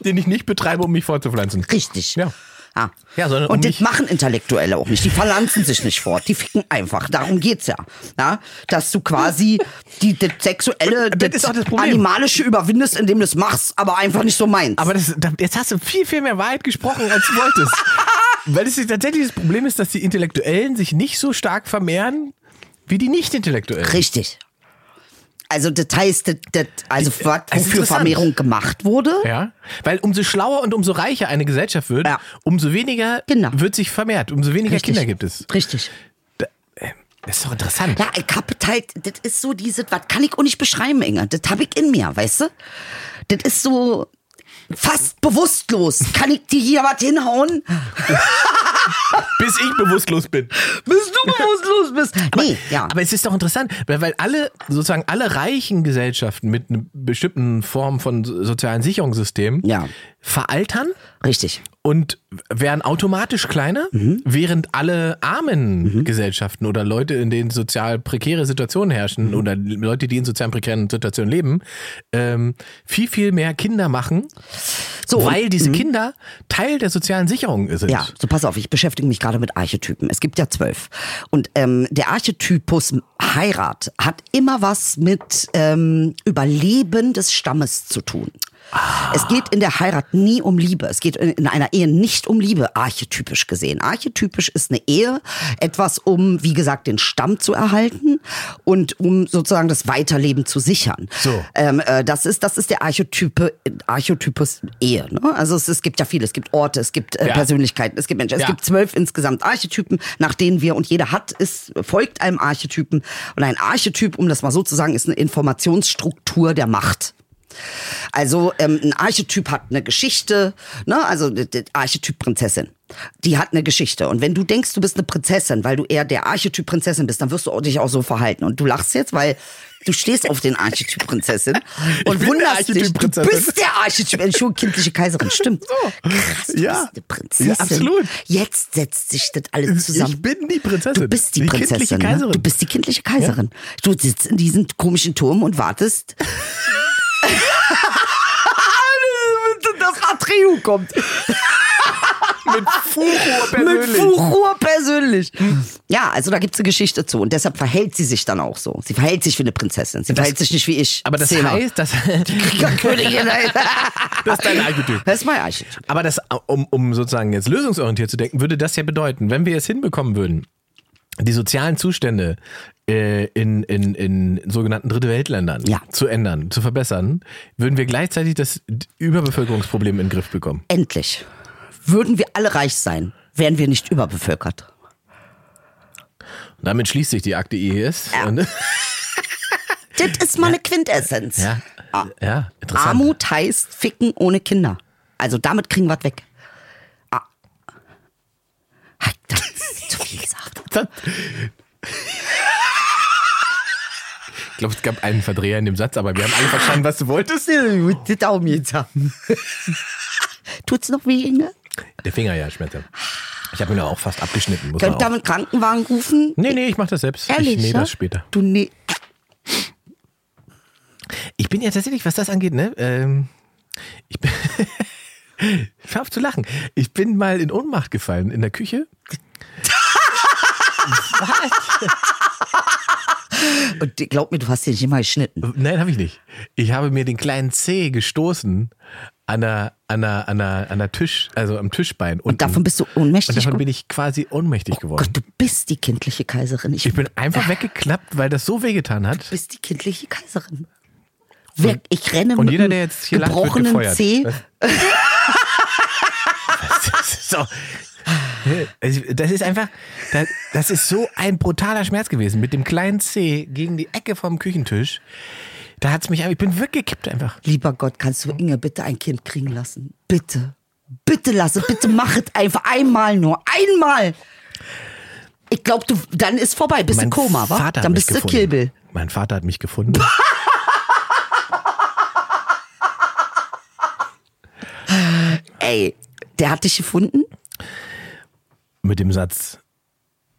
den ich nicht betreibe, um mich fortzupflanzen.
Richtig.
Ja.
Ah.
Ja, sondern um
und das
mich-
machen Intellektuelle auch nicht. Die verlanzen sich nicht fort. Die ficken einfach. Darum geht's ja. Na, dass du quasi die, das sexuelle,
Das ist auch das Problem.
animalische überwindest, indem du es machst, aber einfach nicht so meinst.
Aber das, da- jetzt hast du viel, viel mehr Wahrheit gesprochen, als du wolltest. Weil es ist tatsächlich das Problem ist, dass die Intellektuellen sich nicht so stark vermehren wie die Nicht-Intellektuellen.
Richtig. Also das heißt, das, das, also was
es äh, ist
wofür
interessant.
Vermehrung gemacht wurde,
Ja, weil umso schlauer und umso reicher eine Gesellschaft wird,
Ja.
umso weniger
Genau.
wird sich vermehrt, umso weniger
Richtig.
Kinder gibt es.
Richtig.
Das ist doch interessant.
Ja, ich hab das halt, das ist so dieses, was kann ich auch nicht beschreiben, Inge. Das hab ich in mir, weißt du? Das ist so fast bewusstlos. Kann ich dir hier was hinhauen?
Bis ich bewusstlos bin.
Bis du bewusstlos bist. nee, ja.
Aber es ist doch interessant, weil, weil alle, sozusagen alle reichen Gesellschaften mit einer bestimmten Form von so- sozialen Sicherungssystemen
Ja.
veraltern
Richtig.
und werden automatisch kleiner,
Mhm.
während alle armen Gesellschaften oder Leute, in denen sozial prekäre Situationen herrschen
Mhm.
oder Leute, die in sozial prekären Situationen leben, ähm, viel, viel mehr Kinder machen,
So,
weil diese Kinder Teil der sozialen Sicherung sind.
hm? Ja, so pass auf, ich beschäftige mich gerade mit Archetypen. Es gibt ja zwölf. Und ähm, der Archetypus Heirat hat immer was mit ähm, Überleben des Stammes zu tun.
Ah.
Es geht in der Heirat nie um Liebe. Es geht in, in einer Ehe nicht um Liebe, archetypisch gesehen. Archetypisch ist eine Ehe etwas, um, wie gesagt, den Stamm zu erhalten und um sozusagen das Weiterleben zu sichern.
So.
Ähm, äh, das, ist, das ist der Archetype, Archetypus Ehe. Ne? Also es, es gibt ja viele. Es gibt Orte, es gibt äh,
Ja.
Persönlichkeiten, es gibt Menschen. Es
Ja.
gibt zwölf insgesamt Archetypen, nach denen wir und jeder hat, ist, folgt einem Archetypen. Und ein Archetyp, um das mal so zu sagen, ist eine Informationsstruktur der Macht. Also ähm, ein Archetyp hat eine Geschichte, ne? also d- d- Archetyp Prinzessin. Die hat eine Geschichte. Und wenn du denkst, du bist eine Prinzessin, weil du eher der Archetyp Prinzessin bist, dann wirst du auch- dich auch so verhalten. Und du lachst jetzt, weil du stehst auf den Archetyp Prinzessin und
bin
wunderst
der
dich.
Archetyp
Du
Prinzessin. Oh.
bist der Archetyp, Entschuldigung, kindliche Kaiserin, stimmt. Krass, du
Ja.
bist eine Prinzessin.
Ja, absolut.
Jetzt setzt sich das alles zusammen.
Ich bin die Prinzessin.
Du bist die,
Die kindliche
Prinzessin. ne?
Kaiserin.
Du bist die kindliche Kaiserin. Du sitzt in diesem komischen Turm und wartest. dass Atreu kommt.
mit Furor
Mit
persönlich.
Furor persönlich. Ja, also da gibt's eine Geschichte zu. Und deshalb verhält sie sich dann auch so. Sie verhält sich wie eine Prinzessin. Sie verhält sich nicht wie ich.
aber das
Zehner.
heißt, dass,
Königin.
das ist dein Archetyp.
Das ist mein Archetyp.
Aber das, um, um sozusagen jetzt lösungsorientiert zu denken, würde das ja bedeuten, wenn wir es hinbekommen würden, die sozialen Zustände äh, in, in, in sogenannten Dritte Weltländern
Ja.
zu ändern, zu verbessern, würden wir gleichzeitig das Überbevölkerungsproblem in den Griff bekommen.
Endlich. Würden wir alle reich sein, wären wir nicht überbevölkert.
Und damit schließt sich die Akte IES. Ja, und,
Das ist mal eine Quintessenz.
ja, ja interessant.
Armut heißt ficken ohne Kinder. Also damit kriegen wir was weg. Ah. Halt, Das ist zu viel gesagt.
Ich glaube, es gab einen Verdreher in dem Satz, aber wir haben alle verstanden, was du wolltest.
Die Daumen jetzt haben. Tut's noch weh, Inge?
Der Finger, ja, Schmetter. Ich habe ihn auch fast abgeschnitten. Muss man
Könnt
auch.
damit Krankenwagen rufen?
Nee, nee, ich mache das selbst.
Ehrlich?
ich nähe
ja?
das später.
Du nee.
Ich bin ja tatsächlich, was das angeht, ne? Ähm, ich bin. ich hör auf zu lachen. Ich bin mal in Ohnmacht gefallen in der Küche.
Und die- glaub mir, du hast den nicht immer geschnitten.
Nein, habe ich nicht. Ich habe mir den kleinen Zeh gestoßen an der, an der, an der, an der Tisch, also am Tischbein. Unten. Und
Davon bist du ohnmächtig.
Und davon
geworden?
bin ich quasi ohnmächtig geworden.
Gott, du bist die kindliche Kaiserin. Ich,
Ich bin einfach weggeklappt, weil das so wehgetan
du
hat.
bist die kindliche Kaiserin. Wer, ich renne
Und
mit
jeder,
einem
der jetzt hier lacht, wird
gebrochenen
gefeuert.
Zeh.
Das ist so. Also, Das ist einfach, das, das ist so ein brutaler Schmerz gewesen. Mit dem kleinen Zeh gegen die Ecke vom Küchentisch. Da hat's mich, ich bin weggekippt einfach.
Lieber Gott, kannst du Inge bitte ein Kind kriegen lassen? Bitte. Bitte lasse, bitte mach es einfach einmal nur. Einmal. Ich glaube, du, dann ist vorbei. Bist im Koma, wa?
Vater hat
Dann
mich
bist du
gefunden.
Kill Bill.
Mein Vater hat mich gefunden.
Ey, der hat dich gefunden?
mit dem Satz,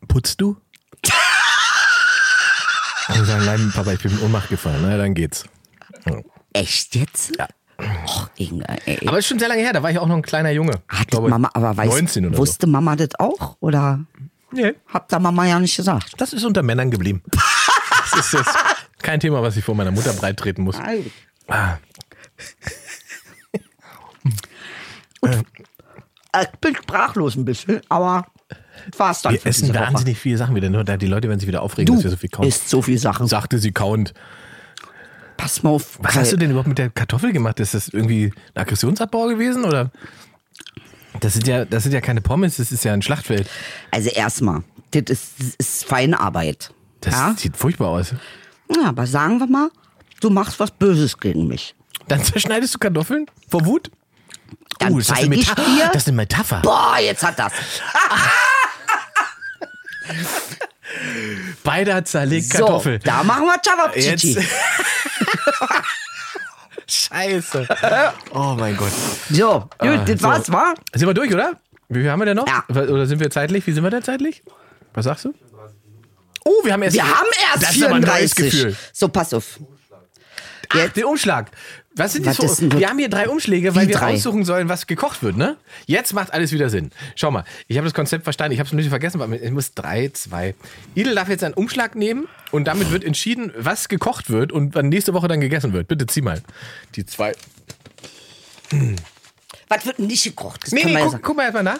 putzt du? Und sagen, nein, Papa, ich bin in Ohnmacht gefallen. Na, dann geht's.
Echt jetzt? Ja. Och, Inge, ey.
Aber ist schon sehr lange her, da war ich auch noch ein kleiner Junge. Ich
Hat
glaube,
Mama, aber weiß,
19 oder
wusste Mama das auch? Oder
so. Nee,
habt da Mama ja nicht gesagt?
das ist unter Männern geblieben. Das ist jetzt kein Thema, was ich vor meiner Mutter breit treten muss. Ah,
Äh, Ich bin sprachlos ein bisschen, aber das war's dann.
wir
für
essen
diese Woche.
wahnsinnig viele Sachen wieder, nur da die Leute werden sich wieder aufregen, dass wir so viel
Du
kauen.
isst so viel Sachen.
Sagte sie kauend.
Pass mal auf.
Was hast du denn überhaupt mit der Kartoffel gemacht? Ist das irgendwie ein Aggressionsabbau gewesen oder? Das sind ja, das sind ja keine Pommes, das ist ja ein Schlachtfeld.
Also erstmal, das ist, das ist Feinarbeit.
Das
ja?
sieht furchtbar aus.
ja, aber sagen wir mal, du machst was Böses gegen mich.
Dann zerschneidest du Kartoffeln vor Wut? Uh,
Dann
ist das
zeig
eine
ich
Meta-
dir.
Das ist eine Metapher.
Boah, jetzt hat das.
Beider zerlegt
So,
Kartoffel.
da machen wir Chavapchichi.
Jetzt. Scheiße. Oh mein Gott.
So, gut, das
Ah, so.
war's, wa?
Sind wir durch, oder? Wie viel haben wir denn noch?
Ja.
Oder sind wir zeitlich? Wie sind wir denn zeitlich? Was sagst du? Oh, wir haben erst.
Wir haben erst
das ist aber ein neues
34.
Gefühl.
So, pass auf.
Ach, den Umschlag. Was sind die
Was
so?
ist denn das?
Wir haben hier drei Umschläge, weil
Wie
wir
drei?
aussuchen sollen, was gekocht wird, ne? Jetzt macht alles wieder Sinn. Schau mal, ich habe das Konzept verstanden. Ich habe es ein bisschen vergessen, weil ich muss drei, zwei. Idel darf jetzt einen Umschlag nehmen und damit wird entschieden, was gekocht wird und wann nächste Woche dann gegessen wird. Bitte zieh mal die zwei.
Was wird denn nicht gekocht? Das
Nee,
kann
nee,
man ja
guck,
sagen.
guck mal erstmal nach.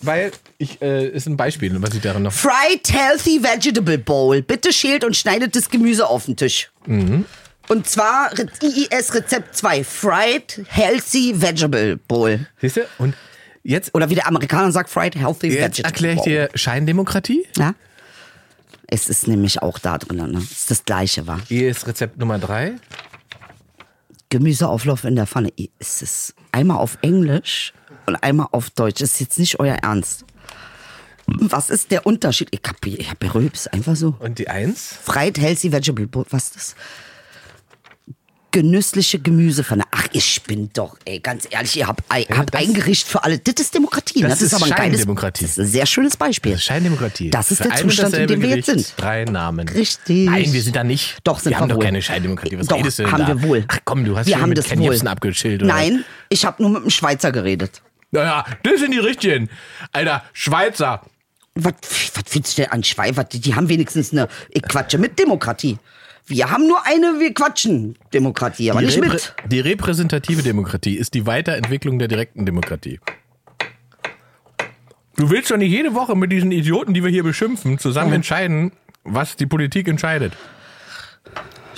Weil ich, äh, ist ein Beispiel, was ich darin noch.
Fried Healthy Vegetable Bowl. Bitte schält und schneidet das Gemüse auf den Tisch.
Mhm.
Und zwar Re- IIS Rezept 2. Fried Healthy Vegetable Bowl.
Siehst du? Und jetzt,
Oder wie der Amerikaner sagt, Fried Healthy
jetzt
Vegetable
erkläre ich
Bowl.
dir Scheindemokratie.
Ja? Es ist nämlich auch da drin. Ne? Es ist das Gleiche, war.
Hier ist Rezept Nummer drei.
Gemüseauflauf in der Pfanne. I- Es ist einmal auf Englisch und einmal auf Deutsch. Das ist jetzt nicht euer Ernst. Was ist der Unterschied? Ich hab, ich hab Rülps, einfach so.
Und die eins.
Fried Healthy Vegetable Bowl. Was ist das? Genüssliche Gemüsepfanne. Ach, ihr spinnt doch, ey. Ganz ehrlich, ihr habt, ei- habt
das-
ein Gericht für alle. Das ist Demokratie. ne?
Das
Das,
ist
ist aber ein geiles,
Scheindemokratie.
Das ist ein sehr schönes Beispiel.
Scheindemokratie.
Das ist
Für
der
ein und
Zustand, in
dasselbe
dem wir jetzt
Gericht
sind.
Drei Namen.
Richtig.
Nein, wir sind da nicht.
Doch, sind
wir haben
wir
doch
wohl.
keine Scheindemokratie. Was
doch,
redest du denn
haben
da?
wir wohl.
Ach komm, du hast
wir
schon
haben
mit
das
Ken
wohl.
Jebsen abgeschildert.
Nein, ich habe nur mit einem Schweizer geredet.
Naja, das sind die richtigen. Alter, Schweizer.
Was, was willst du denn an Schwein? Was, die haben wenigstens eine, ich quatsche mit Demokratie. Wir haben nur eine, wir quatschen Demokratie, aber
Die,
nicht
Reprä-
mit.
die repräsentative Demokratie ist die Weiterentwicklung der direkten Demokratie. Du willst doch nicht jede Woche mit diesen Idioten, die wir hier beschimpfen,
Mhm.
zusammen entscheiden, was die Politik entscheidet.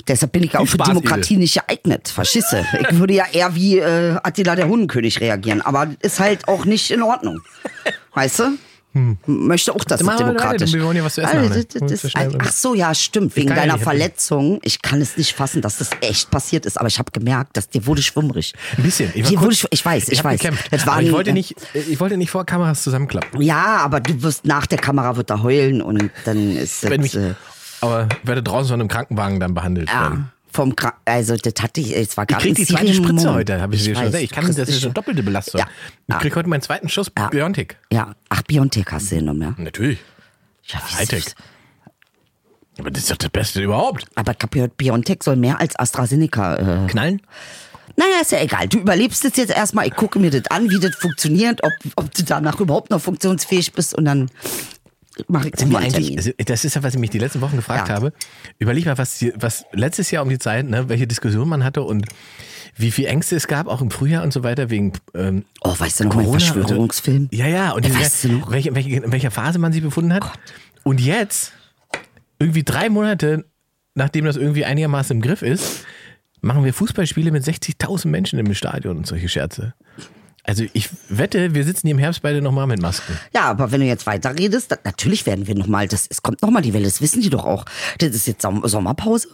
Deshalb bin ich auch
Viel
für
Spaß,
Demokratie nicht geeignet. Verschisse. Ich würde ja eher wie äh, Attila der Hundenkönig reagieren, aber ist halt auch nicht in Ordnung. Weißt du? Möchte auch, dass es
Hm. Mach mal weiter,
demokratisch
wir wollen ja was zu essen
Ah,
haben.
das- das-
Und
das-
zu schneiden.
Ach so, ja, stimmt. Wegen
kann ja
deiner
nicht.
Verletzung. Ich kann es nicht fassen, dass das echt passiert ist. Aber ich habe gemerkt, dass dir wurde schwummrig.
Ein bisschen.
Ich,
war
dir
kurz-
wurde schw ich weiß, ich,
hab
weiß.
Gekämpft.
Das war
Aber ich,
ein-
wollte nicht, ich wollte nicht vor Kameras zusammenklappen.
Ja, aber du wirst nach der Kamera wird er heulen und dann ist
Wenn
das,
mich,
äh,
aber werde draußen von einem Krankenwagen dann behandelt. werden.
ja, vom Kra also Ah, das hatte ich, es war
Ich
gerade
krieg die zweite
Serienmoment.
Spritze heute, habe ich, dir schon
weiß,
gesagt. Ich kann
du
das
kriegst
ist eine
schon-
doppelte Belastung.
Ja.
Ich kriege heute meinen zweiten Schuss Biontech.
Ja, ach, Biontech hast du genommen, ja.
Natürlich.
ja wie
Hightech.
süß.
Aber das ist doch das Beste überhaupt.
Aber ich hab gehört, Biontech soll mehr als AstraZeneca. Äh.
Knallen?
Naja, ist ja egal. Du überlebst es jetzt erstmal. Ich gucke mir das an, wie das funktioniert, ob, ob du danach überhaupt noch funktionsfähig bist und dann mache ich
Sind
mir
wir
einen
eigentlich,
Termin.
also das ist ja, was ich mich die letzten Wochen gefragt
Ja.
habe. Überleg mal, was, die- was letztes Jahr um die Zeit, ne, welche Diskussion man hatte und wie viel Ängste es gab, auch im Frühjahr und so weiter, wegen ähm,
Oh, weißt du noch, mein
Corona und so.
Verschwörungsfilm?
Ja, ja. Und
Ja,
diese-
weißt du noch?
welche, welche, in welcher Phase man sich befunden hat. Und jetzt, irgendwie drei Monate, nachdem das irgendwie einigermaßen im Griff ist, machen wir Fußballspiele mit 60.000 Menschen im Stadion und solche Scherze. Also ich wette, wir sitzen hier im Herbst beide nochmal mit Masken.
Ja, aber wenn du jetzt weiter redest, dann, natürlich werden wir nochmal, das, es kommt nochmal die Welle, das wissen die doch auch. Das ist jetzt Som Sommerpause.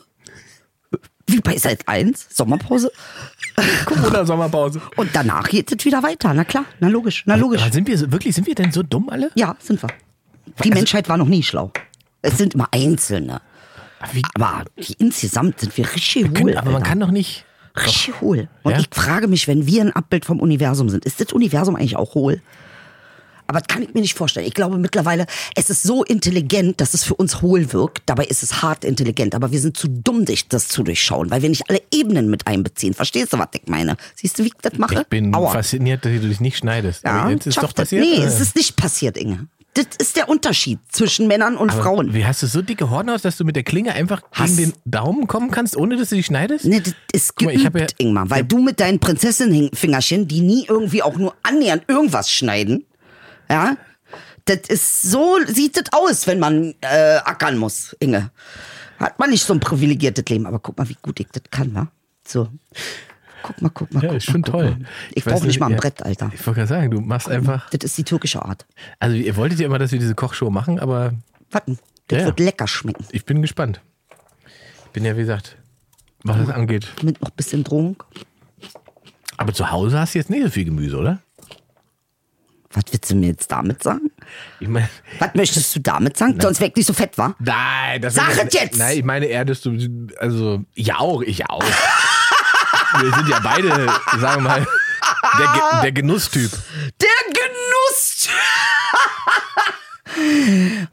Wie bei Sat 1, Sommerpause.
Corona-Sommerpause.
Und danach geht es wieder weiter, na klar, na logisch, na logisch.
Aber sind wir so, wirklich, sind wir denn so dumm alle?
Ja, sind wir.
also
Die Menschheit war noch nie schlau. Es sind immer Einzelne.
Wie,
Aber die, insgesamt sind wir richtig hohl.
können, aber man
Alter.
kann doch nicht.
richtig hohl. Und
Ja.
ich frage mich, wenn wir ein Abbild vom Universum sind, ist das Universum eigentlich auch hohl? Aber das kann ich mir nicht vorstellen. Ich glaube mittlerweile, es ist so intelligent, dass es für uns hohl wirkt. Dabei ist es hart intelligent. Aber wir sind zu dumm, dich das zu durchschauen, weil wir nicht alle Ebenen mit einbeziehen. Verstehst du, was ich meine? Siehst du, wie ich das mache?
Ich bin
Aua.
fasziniert, dass du dich nicht schneidest.
Ja,
Aber jetzt ist
schaff
doch
das.
passiert.
Nee,
Äh.
es ist nicht passiert, Inge. Das ist der Unterschied zwischen Männern und
Aber
Frauen.
Wie hast du so dicke Hornhaut, dass du mit der Klinge einfach
Hast-
gegen den Daumen kommen kannst, ohne dass du die schneidest?
Nee, das ist
Guck mal,
geübt,
ich hab ja-
Ingmar, weil du mit deinen Prinzessinnenfingerchen, die nie irgendwie auch nur annähernd irgendwas schneiden, ja, das ist so, sieht das aus, wenn man äh, ackern muss, Inge. Hat man nicht so ein privilegiertes Leben, aber guck mal, wie gut ich das kann, wa? So. Guck mal, guck mal.
Ja,
guck
ist
mal,
schon
guck
toll.
Mal. Ich
weiß
brauche nicht mal ein
ja.
Brett, Alter.
Ich wollte gerade sagen, du machst einfach.
Das ist die türkische Art.
Also, ihr wolltet ja immer, dass wir diese Kochshow machen, aber
Warten, das
Ja, ja.
wird lecker schmecken.
ich bin gespannt. Ich bin ja, wie gesagt, was das angeht.
Mit noch ein bisschen Trunk.
Aber zu Hause hast du jetzt nicht so viel Gemüse, oder?
Was willst du mir jetzt damit sagen?
Ich meine,
Was möchtest du damit sagen? Sonst weg nicht so fett, wa?
nein, das
Sag
ist ja-
es jetzt!
Nein, ich meine eher, dass du, also, ja auch, ich auch. wir sind ja beide, sagen wir mal, der, Ge- der Genusstyp.
Der Genuss.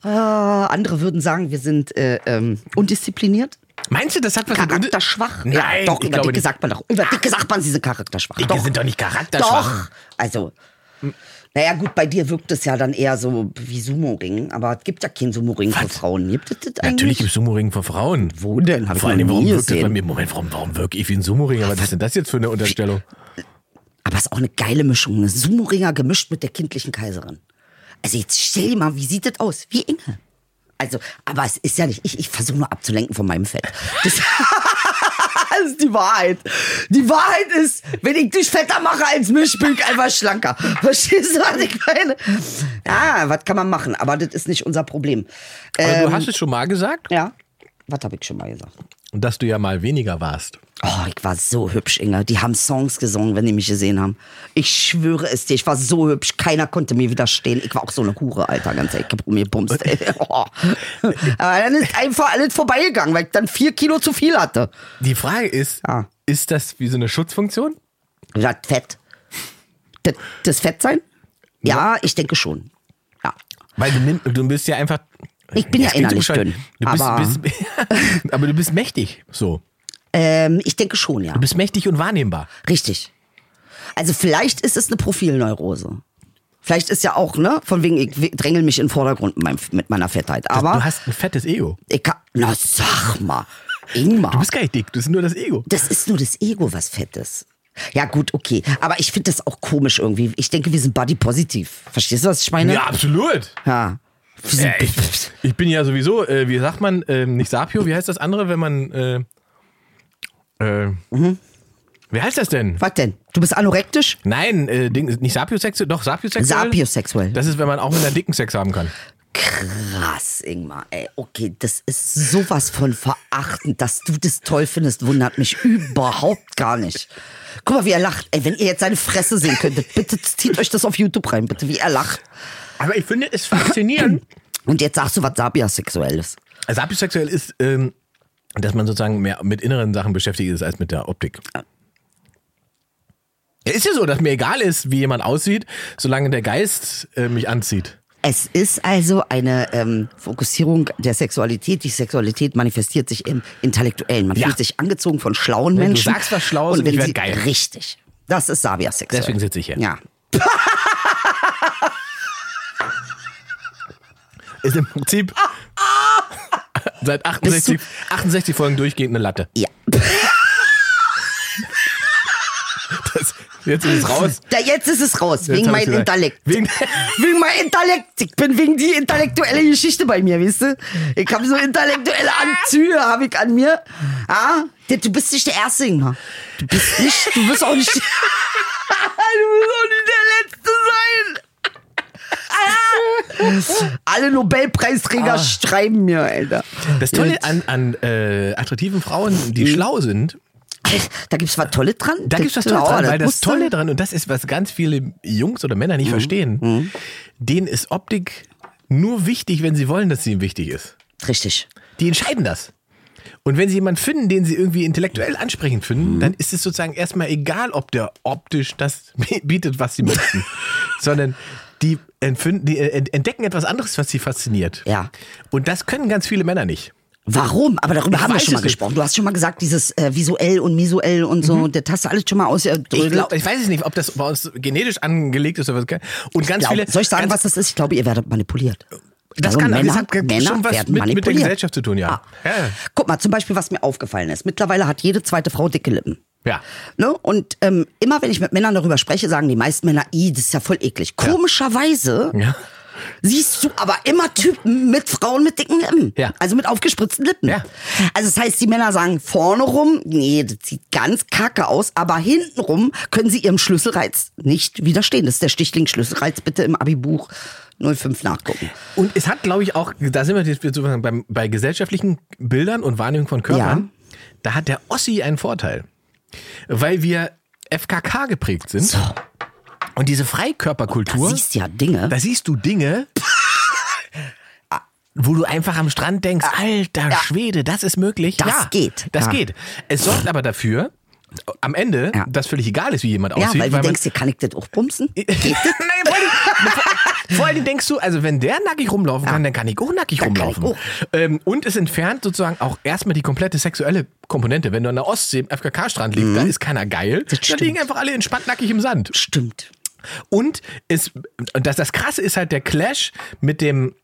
Ah, andere würden sagen, wir sind äh, ähm, undiszipliniert,
Meinst du, das hat was mit-
charakterschwach.
Nein,
ja, doch,
ich
über
glaube
dicke
nicht.
sagt man doch. Über dicke sagt man, sie sind charakterschwach.
Dicke
doch.
sind doch Hm. nicht charakterschwach.
doch. Also, naja gut, bei dir wirkt es ja dann eher so wie Sumo-Ring, aber es gibt ja keinen Sumo-Ring für Frauen. Gibt es das eigentlich?
Natürlich gibt es Sumo-Ring für Frauen.
Wo denn? Hab ich
Vor
noch
allem, warum
nie
wirkt das bei
gesehen.
mir? Moment, warum, warum wirke ich wie ein Sumo-Ring? Aber was ist denn das jetzt für eine Unterstellung?
Aber es ist auch eine geile Mischung. Eine Sumo-Ringer gemischt mit der kindlichen Kaiserin. Also jetzt stell dir mal, wie sieht das aus? Wie Inge. Also, aber es ist ja nicht. Ich, ich versuche nur abzulenken von meinem Fett. Das, das ist die Wahrheit. Die Wahrheit ist, wenn ich dich fetter mache als mich, bin ich einfach schlanker. Verstehst du, was ich meine? Ja, was kann man machen? Aber das ist nicht unser Problem.
Aber
Ähm,
du hast es schon mal gesagt,
ja, was habe ich schon mal gesagt?
dass du ja mal weniger warst.
Oh, ich war so hübsch, Inge. Die haben Songs gesungen, wenn die mich gesehen haben. Ich schwöre es dir, ich war so hübsch. Keiner konnte mir widerstehen. Ich war auch so eine Hure, Alter. Ganz ehrlich, ich hab rumgebumst. ey. Oh. Aber dann ist einfach alles vorbeigegangen, weil ich dann vier Kilo zu viel hatte.
Die Frage ist,
Ja.
ist das wie so eine Schutzfunktion?
Das Fett. Das, das Fett sein? Ja, ich denke schon. Ja.
Weil du, nimm, du bist ja einfach.
Ich bin ja
Das klingt so
innerlich
bescheuert.
dünn,
Du bist,
aber-
bist, aber du bist mächtig. So.
Ähm, ich denke schon, ja.
Du bist mächtig und wahrnehmbar.
Richtig. Also vielleicht ist es eine Profilneurose. Vielleicht ist ja auch, ne, von wegen, ich we- drängel mich in den Vordergrund mit, meinem, mit meiner Fettheit. Aber
Also du hast ein fettes Ego.
ich kann, na sag mal, Ingmar.
Du bist gar nicht dick, du bist nur das Ego.
Das ist nur das Ego, was fett ist. Ja, gut, okay. Aber ich finde das auch komisch irgendwie. Ich denke, wir sind body positiv. Verstehst du, was ich meine?
Ja, absolut.
Ja. Wir sind-
Ja, ich, ich bin ja sowieso, äh, wie sagt man, ähm, nicht Sapio, wie heißt das andere, wenn man. Äh, äh, Wer heißt das denn?
Was denn? Du bist anorektisch?
Nein, äh, Ding, nicht sapiosexuell, doch sapiosexuell.
Sapiosexuell.
Das ist, wenn man auch mit einer dicken Sex haben kann.
Krass, Ingmar. Ey, okay, das ist sowas von verachtend. Dass du das toll findest, wundert mich überhaupt gar nicht. Guck mal, wie er lacht. Ey, wenn ihr jetzt seine Fresse sehen könntet, bitte zieht euch das auf YouTube rein, bitte, wie er lacht.
Aber ich finde es faszinierend.
Und jetzt sagst du was Sapiosexuelles.
sapiosexuell ist, ähm, dass man sozusagen mehr mit inneren Sachen beschäftigt ist als mit der Optik. Ja, Ist ja so, dass mir egal ist, wie jemand aussieht, solange der Geist äh, mich anzieht.
Es ist also eine ähm, Fokussierung der Sexualität. Die Sexualität manifestiert sich im Intellektuellen. Man
Ja.
fühlt sich angezogen von schlauen
du
Menschen.
sagst was Schlaues und ich
wenn
werd
sie-
geil.
Richtig. Das ist Sabiasexuell.
Deswegen sitze ich hier.
Ja.
Ist im Prinzip seit 68, 68 Folgen durchgehend eine Latte.
Ja.
Das, jetzt ist es raus.
Da, jetzt ist es raus. wegen
hab
meinem
ich's gesagt.
Intellekt.
Wegen-
wegen meinem Intellekt. Ich bin wegen die intellektuelle Geschichte bei mir, weißt du? Ich habe so intellektuelle Anzüge, habe ich an mir. Ah, der- du bist nicht der Erste, Ingmar. Du bist nicht, du wirst auch nicht. du wirst auch nicht der Letzte sein. Ah. Alle Nobelpreisträger
Ah.
schreiben mir, Alter.
Das Tolle an, an äh, attraktiven Frauen, die schlau sind,
Da gibt's was Tolles dran.
Da gibt's was Tolles
Ja,
dran, weil das
musst du-
Tolle dran, und das ist, was ganz viele Jungs oder Männer nicht verstehen, denen ist Optik nur wichtig, wenn sie wollen, dass sie ihnen wichtig ist.
Richtig.
Die entscheiden das. Und wenn sie jemanden finden, den sie irgendwie intellektuell ansprechend finden,
Mhm.
dann ist es sozusagen erstmal egal, ob der optisch das bietet, was sie möchten, sondern die, empfinden, die äh, ent- entdecken etwas anderes, was sie fasziniert.
Ja.
Und das können ganz viele Männer nicht.
Warum? Aber darüber
Ich
haben wir
weiß
schon mal
es nicht.
gesprochen. Du hast schon mal gesagt, dieses äh, visuell und misuell und so,
Mhm.
das hast du alles schon mal äh,
Ich,
ausgedrückt.
glaub, ich weiß es nicht, ob das bei uns genetisch angelegt ist oder was. Und ganz viele.
Soll ich sagen,
ganz
was das ist? Ich glaube, ihr werdet manipuliert.
Das
also
kann
Männer,
das hat
Männer
schon was
werden
mit, mit der
manipuliert. Ah.
Gesellschaft zu tun, ja. Ja.
Guck mal, zum Beispiel, was mir aufgefallen ist. Mittlerweile hat jede zweite Frau dicke Lippen.
ja.
Ne? Und ähm, immer wenn ich mit Männern darüber spreche, sagen die meisten Männer, i, das ist ja voll eklig. Komischerweise
Ja.
siehst du aber immer Typen mit Frauen mit dicken Lippen.
Ja.
Also mit aufgespritzten Lippen.
Ja.
Also das heißt, die Männer sagen vorne rum, nee, das sieht ganz kacke aus, aber hinten rum können sie ihrem Schlüsselreiz nicht widerstehen. Das ist der Stichling Schlüsselreiz, bitte im Abi-Buch 05 nachgucken.
Und es hat, glaube ich, auch, da sind wir jetzt wieder sozusagen beim, bei gesellschaftlichen Bildern und Wahrnehmung von Körpern, da hat der Ossi einen Vorteil. Weil wir FKK geprägt sind. Und diese
Da
Freikörperkultur,
siehst du ne? ja Dinge.
da siehst du Dinge, wo du einfach am Strand denkst, alter Schwede, das ist möglich.
Ah. Das
ja,
geht.
Das
Ja.
geht. Es sorgt aber dafür, am Ende,
Ja.
dass völlig egal ist, wie jemand
ja,
aussieht.
weil du
man-
denkst, hier kann ich das auch bumsen?
Nein, vor allem, vor, vor allem denkst du, also wenn der nackig rumlaufen kann, dann kann ich auch nackig
Dann kann ich
rumlaufen. Ähm, und es entfernt sozusagen auch erstmal die komplette sexuelle Komponente. Wenn du an der Ostsee im FKK-Strand liegst, da ist keiner geil. Da
Mhm. stimmt.
liegen einfach alle entspannt nackig im Sand.
Stimmt.
Und es, und das, das Krasse ist halt der Clash mit dem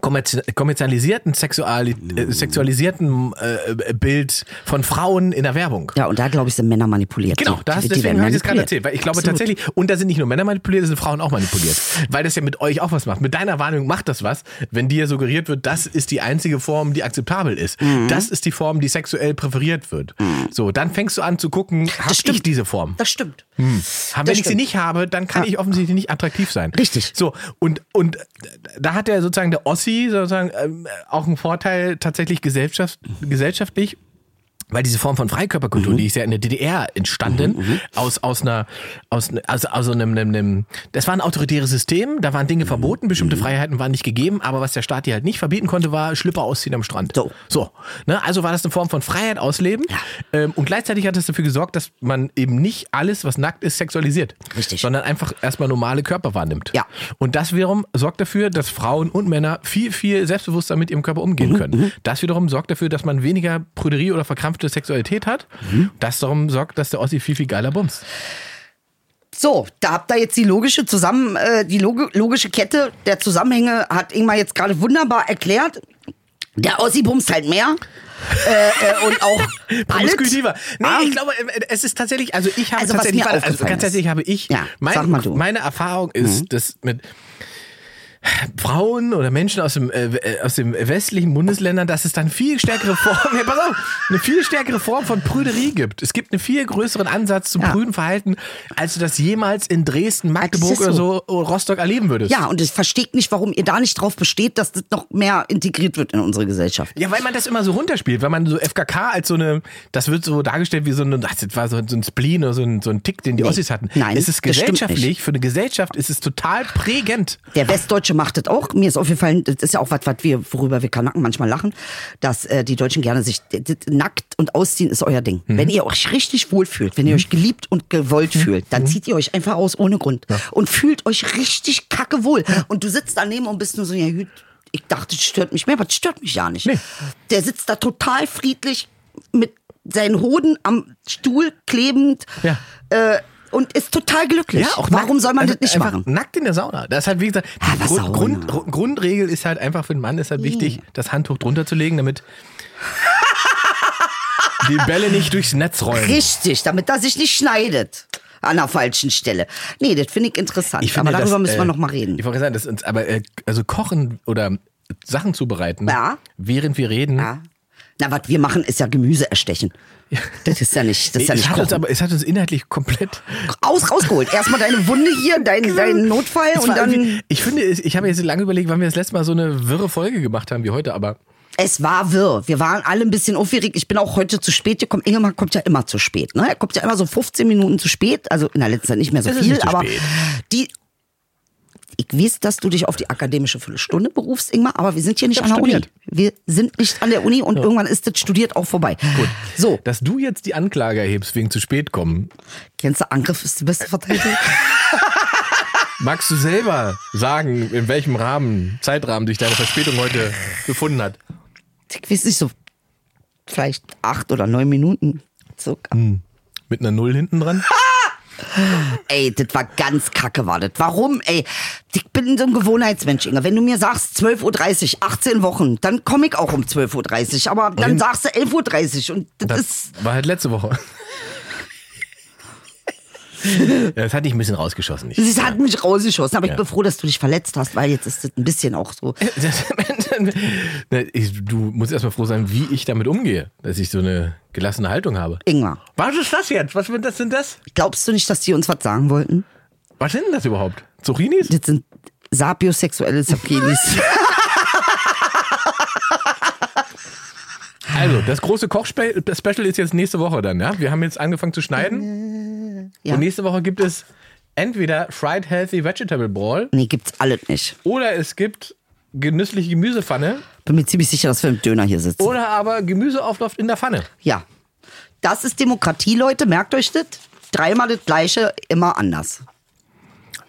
kommerzi- kommerzialisierten, sexuali äh, sexualisierten äh, äh, Bild von Frauen in der Werbung.
Ja, und da glaube ich, sind Männer manipuliert.
Genau,
Die-
das,
die- die
deswegen
werden
habe ich das gerade erzählt,
manipuliert.
weil ich glaube
Absolut.
tatsächlich, und da sind nicht nur Männer manipuliert, da sind Frauen auch manipuliert. Weil das ja mit euch auch was macht. Mit deiner Warnung macht das was, wenn dir suggeriert wird, das ist die einzige Form, die akzeptabel ist.
Mhm.
Das ist die Form, die sexuell präferiert wird. So, dann fängst du an zu gucken, habe ich
stimmt.
diese Form? Hm.
Das stimmt.
Haben, wenn
Das
ich sie
stimmt. Ah.
nicht habe, dann kann ich offensichtlich nicht attraktiv sein.
Richtig.
So, und, und da hat der sozusagen der Ossi sozusagen ähm, auch einen Vorteil tatsächlich gesellschaft, gesellschaftlich. Weil diese Form von Freikörperkultur,
Mhm.
die ist ja in der DDR entstanden, aus, aus einer, aus, aus, aus einem, einem, einem, das war ein autoritäres System, da waren
Mhm.
Dinge verboten, bestimmte Freiheiten waren nicht gegeben, aber was der Staat dir halt nicht verbieten konnte, war Schlipper ausziehen am Strand.
So.
So, ne? also war das eine Form von Freiheit ausleben ähm, und gleichzeitig hat es dafür gesorgt, dass man eben nicht alles, was nackt ist, sexualisiert.
Richtig.
Sondern einfach erstmal normale Körper wahrnimmt.
Ja.
Und das wiederum sorgt dafür, dass Frauen und Männer viel, viel selbstbewusster mit ihrem Körper umgehen
Mhm,
können. Das wiederum sorgt dafür, dass man weniger Prüderie oder verkrampfte Sexualität hat.
Mhm.
Das darum sorgt, dass der Ossi viel, viel geiler bumst.
So, da habt ihr jetzt die logische zusammen, äh, die log logische Kette der Zusammenhänge hat Ingmar jetzt gerade wunderbar erklärt. Der Ossi bumst halt mehr. äh, äh, und auch alles.
Promiskuitiver. Nee,
Ah.
ich glaube, äh, es ist tatsächlich, also ich habe
Also, was
tatsächlich,
mir
warte, also
aufgefallen ist.
tatsächlich habe ich,
Ja,
mein,
sag mal du. Mhm.
meine Erfahrung ist, dass mit Frauen oder Menschen aus dem, äh, äh, aus dem westlichen Bundesländern, dass es dann viel stärkere Form, ja, pass auf, eine viel stärkere Form von Prüderie gibt. Es gibt einen viel größeren Ansatz zum
Ja.
prüden Verhalten, als du das jemals in Dresden, Magdeburg
ist
oder
so.
so oder Rostock erleben würdest.
Ja, und ich verstehe nicht, warum ihr da nicht drauf besteht, dass das noch mehr integriert wird in unsere Gesellschaft.
Ja, weil man das immer so runterspielt, weil man so FKK als so eine, das wird so dargestellt wie so eine, ach, das war so, so ein Spleen oder so ein, so ein Tick, den die
Nee.
Ossis hatten.
Nein,
es ist
das stimmt
gesellschaftlich,
nicht.
für eine Gesellschaft ist es total prägend.
Der Westdeutsche macht das auch. Mir ist aufgefallen, das ist ja auch was, was wir, worüber wir Kanaken manchmal lachen, dass äh, die Deutschen gerne sich d- d- nackt und ausziehen ist euer Ding.
Mhm.
Wenn ihr euch richtig wohlfühlt, wenn ihr euch geliebt und gewollt fühlt,
Mhm.
dann zieht ihr euch einfach aus ohne Grund und fühlt euch richtig kacke wohl. Und du sitzt daneben und bist nur so, ja, gut, ich dachte, das stört mich mehr, aber das stört mich ja nicht.
Nee.
Der sitzt da total friedlich mit seinen Hoden am Stuhl klebend
Ja.
äh, und ist total glücklich. Warum
nackt-
soll man
also
das nicht
einfach
machen?
Nackt in der Sauna. Das ist halt, wie gesagt,
Ah,
die
was
Grund,
Sauna. Hm.
Grund, Grund- Grundregel ist halt einfach für den Mann ist halt wichtig, das Handtuch drunter zu legen, damit die Bälle nicht durchs Netz rollen.
Richtig, damit das sich nicht schneidet an der falschen Stelle. Nee, das finde ich interessant.
Ich finde,
aber darüber
dass,
müssen wir
äh,
noch mal reden.
Ich wollte sagen, das uns, aber äh, also kochen oder Sachen zubereiten,
Ja.
während wir reden,
Ja. Na, was wir machen, ist ja Gemüse erstechen. Das ist ja nicht, das ist ja
Nee, es
nicht
hat uns
kochen.
aber es hat uns inhaltlich komplett
Aus, rausgeholt. Erstmal deine Wunde hier, dein, dein Notfall
Genau. Es
und
war
dann.
irgendwie- ich finde es- ich habe jetzt lange überlegt wann wir das letzte Mal so eine wirre Folge gemacht haben wie heute aber
Es war wirr. Wir waren alle ein bisschen aufgeregt. Ich bin auch heute zu spät gekommen. Ingemar kommt ja immer zu spät. Ne? Er kommt ja immer so 15 Minuten zu spät. Also in der letzten Zeit nicht mehr so
Das ist
viel,
nicht zu
aber
spät.
die. Ich weiß, dass du dich auf die akademische Viertelstunde berufst, Ingmar, aber wir sind hier nicht
hab
an der
studiert.
Uni. Wir sind nicht an der Uni und irgendwann ist das studiert auch vorbei. Gut. So,
dass du jetzt die Anklage erhebst wegen zu spät kommen
kennst du, Angriff ist die beste Verteidigung.
magst du selber sagen in welchem Rahmen Zeitrahmen sich deine Verspätung heute befunden hat
ich weiß nicht, so vielleicht acht oder neun Minuten. Circa.
mit einer Null hinten dran
Ey, das war ganz kacke, war das. Warum, ey? Ich bin so ein Gewohnheitsmensch, Inge. Wenn du mir sagst 12.30 Uhr, 18 Wochen, dann komme ich auch um 12.30 Uhr. Aber dann
Und-
sagst du 11.30 Uhr und das,
das
ist...
war halt letzte Woche Ja, das hat dich ein bisschen rausgeschossen ich
Das hat mich rausgeschossen, aber ich bin froh, dass du dich verletzt hast, weil jetzt ist das ein bisschen auch so.
Das- Na, Ne, ich- Du musst erstmal froh sein, wie ich damit umgehe, dass ich so eine gelassene Haltung habe.
Ingmar,
Was ist das jetzt? Was wird das denn das?
glaubst du nicht, dass die uns was sagen wollten?
Was sind denn das überhaupt? Zucchinis?
Das sind sapiosexuelle Sapinis.
Also, das große Koch-Special ist jetzt nächste Woche dann, ja? Wir haben jetzt angefangen zu schneiden.
ja.
Und nächste Woche gibt es entweder Fried Healthy Vegetable Brawl
nee, gibt's alles nicht.
oder es gibt genüssliche Gemüsepfanne
Bin mir ziemlich sicher, dass wir im Döner hier sitzen.
oder aber Gemüseauflauf in der Pfanne.
Ja. Das ist Demokratie, Leute. Merkt euch das. Dreimal das Gleiche, immer anders.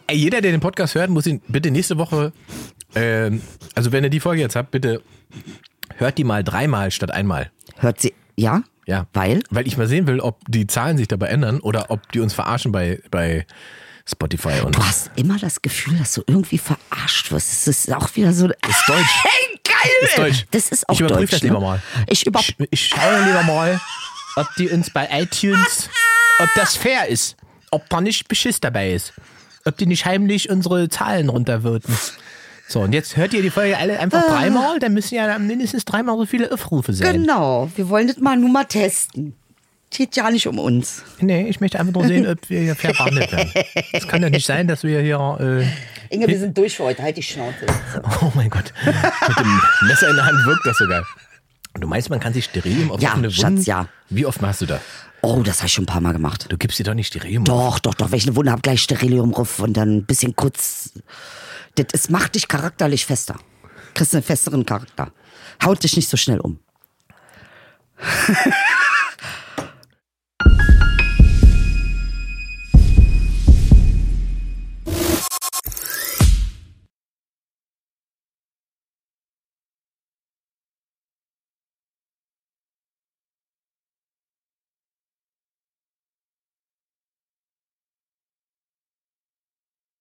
Ey, jeder, der den Podcast hört, muss ihn bitte nächste Woche, ähm, also wenn ihr die Folge jetzt habt, bitte hört die mal dreimal statt einmal.
Hört sie, ja?
Ja.
Weil?
Weil ich mal sehen will, ob die Zahlen sich dabei ändern oder ob die uns verarschen bei, bei Spotify und.
Du hast immer das Gefühl, dass du irgendwie verarscht wirst. Es ist auch wieder so. Ist
deutsch.
Hey, geil!
Ist deutsch.
Das ist auch
Ich überprüfe
deutsch.
das
ne?
lieber mal.
Ich über
Ich, ich schaue lieber mal, ob die uns bei iTunes, ob das fair ist. Ob da nicht Beschiss dabei ist. Ob die nicht heimlich unsere Zahlen runterwirken. So, und jetzt hört ihr die Folge alle einfach
Ah.
dreimal, dann müssen ja mindestens dreimal so viele Aufrufe sein.
Genau, wir wollen das mal nur mal testen. Geht ja nicht um uns.
Nee, ich möchte einfach nur sehen, ob wir hier fair behandelt werden. Es kann ja nicht sein, dass wir hier. Äh,
Inge, wir sind durch für heute. Halt die Schnauze.
oh mein Gott. Mit dem Messer in der Hand wirkt das sogar. Du meinst, man kann sich Sterium auf
Ja,
offene
Schatz,
Wunden?
ja.
Wie oft machst du das?
Oh, das habe ich schon ein paar Mal gemacht.
Du gibst dir doch nicht Sterium.
Doch, doch, doch. Wenn ich eine Wunde habe, gleich Sterilium ruf und dann ein bisschen kurz. Das ist, macht dich charakterlich fester. Kriegst einen festeren Charakter. Haut dich nicht so schnell um.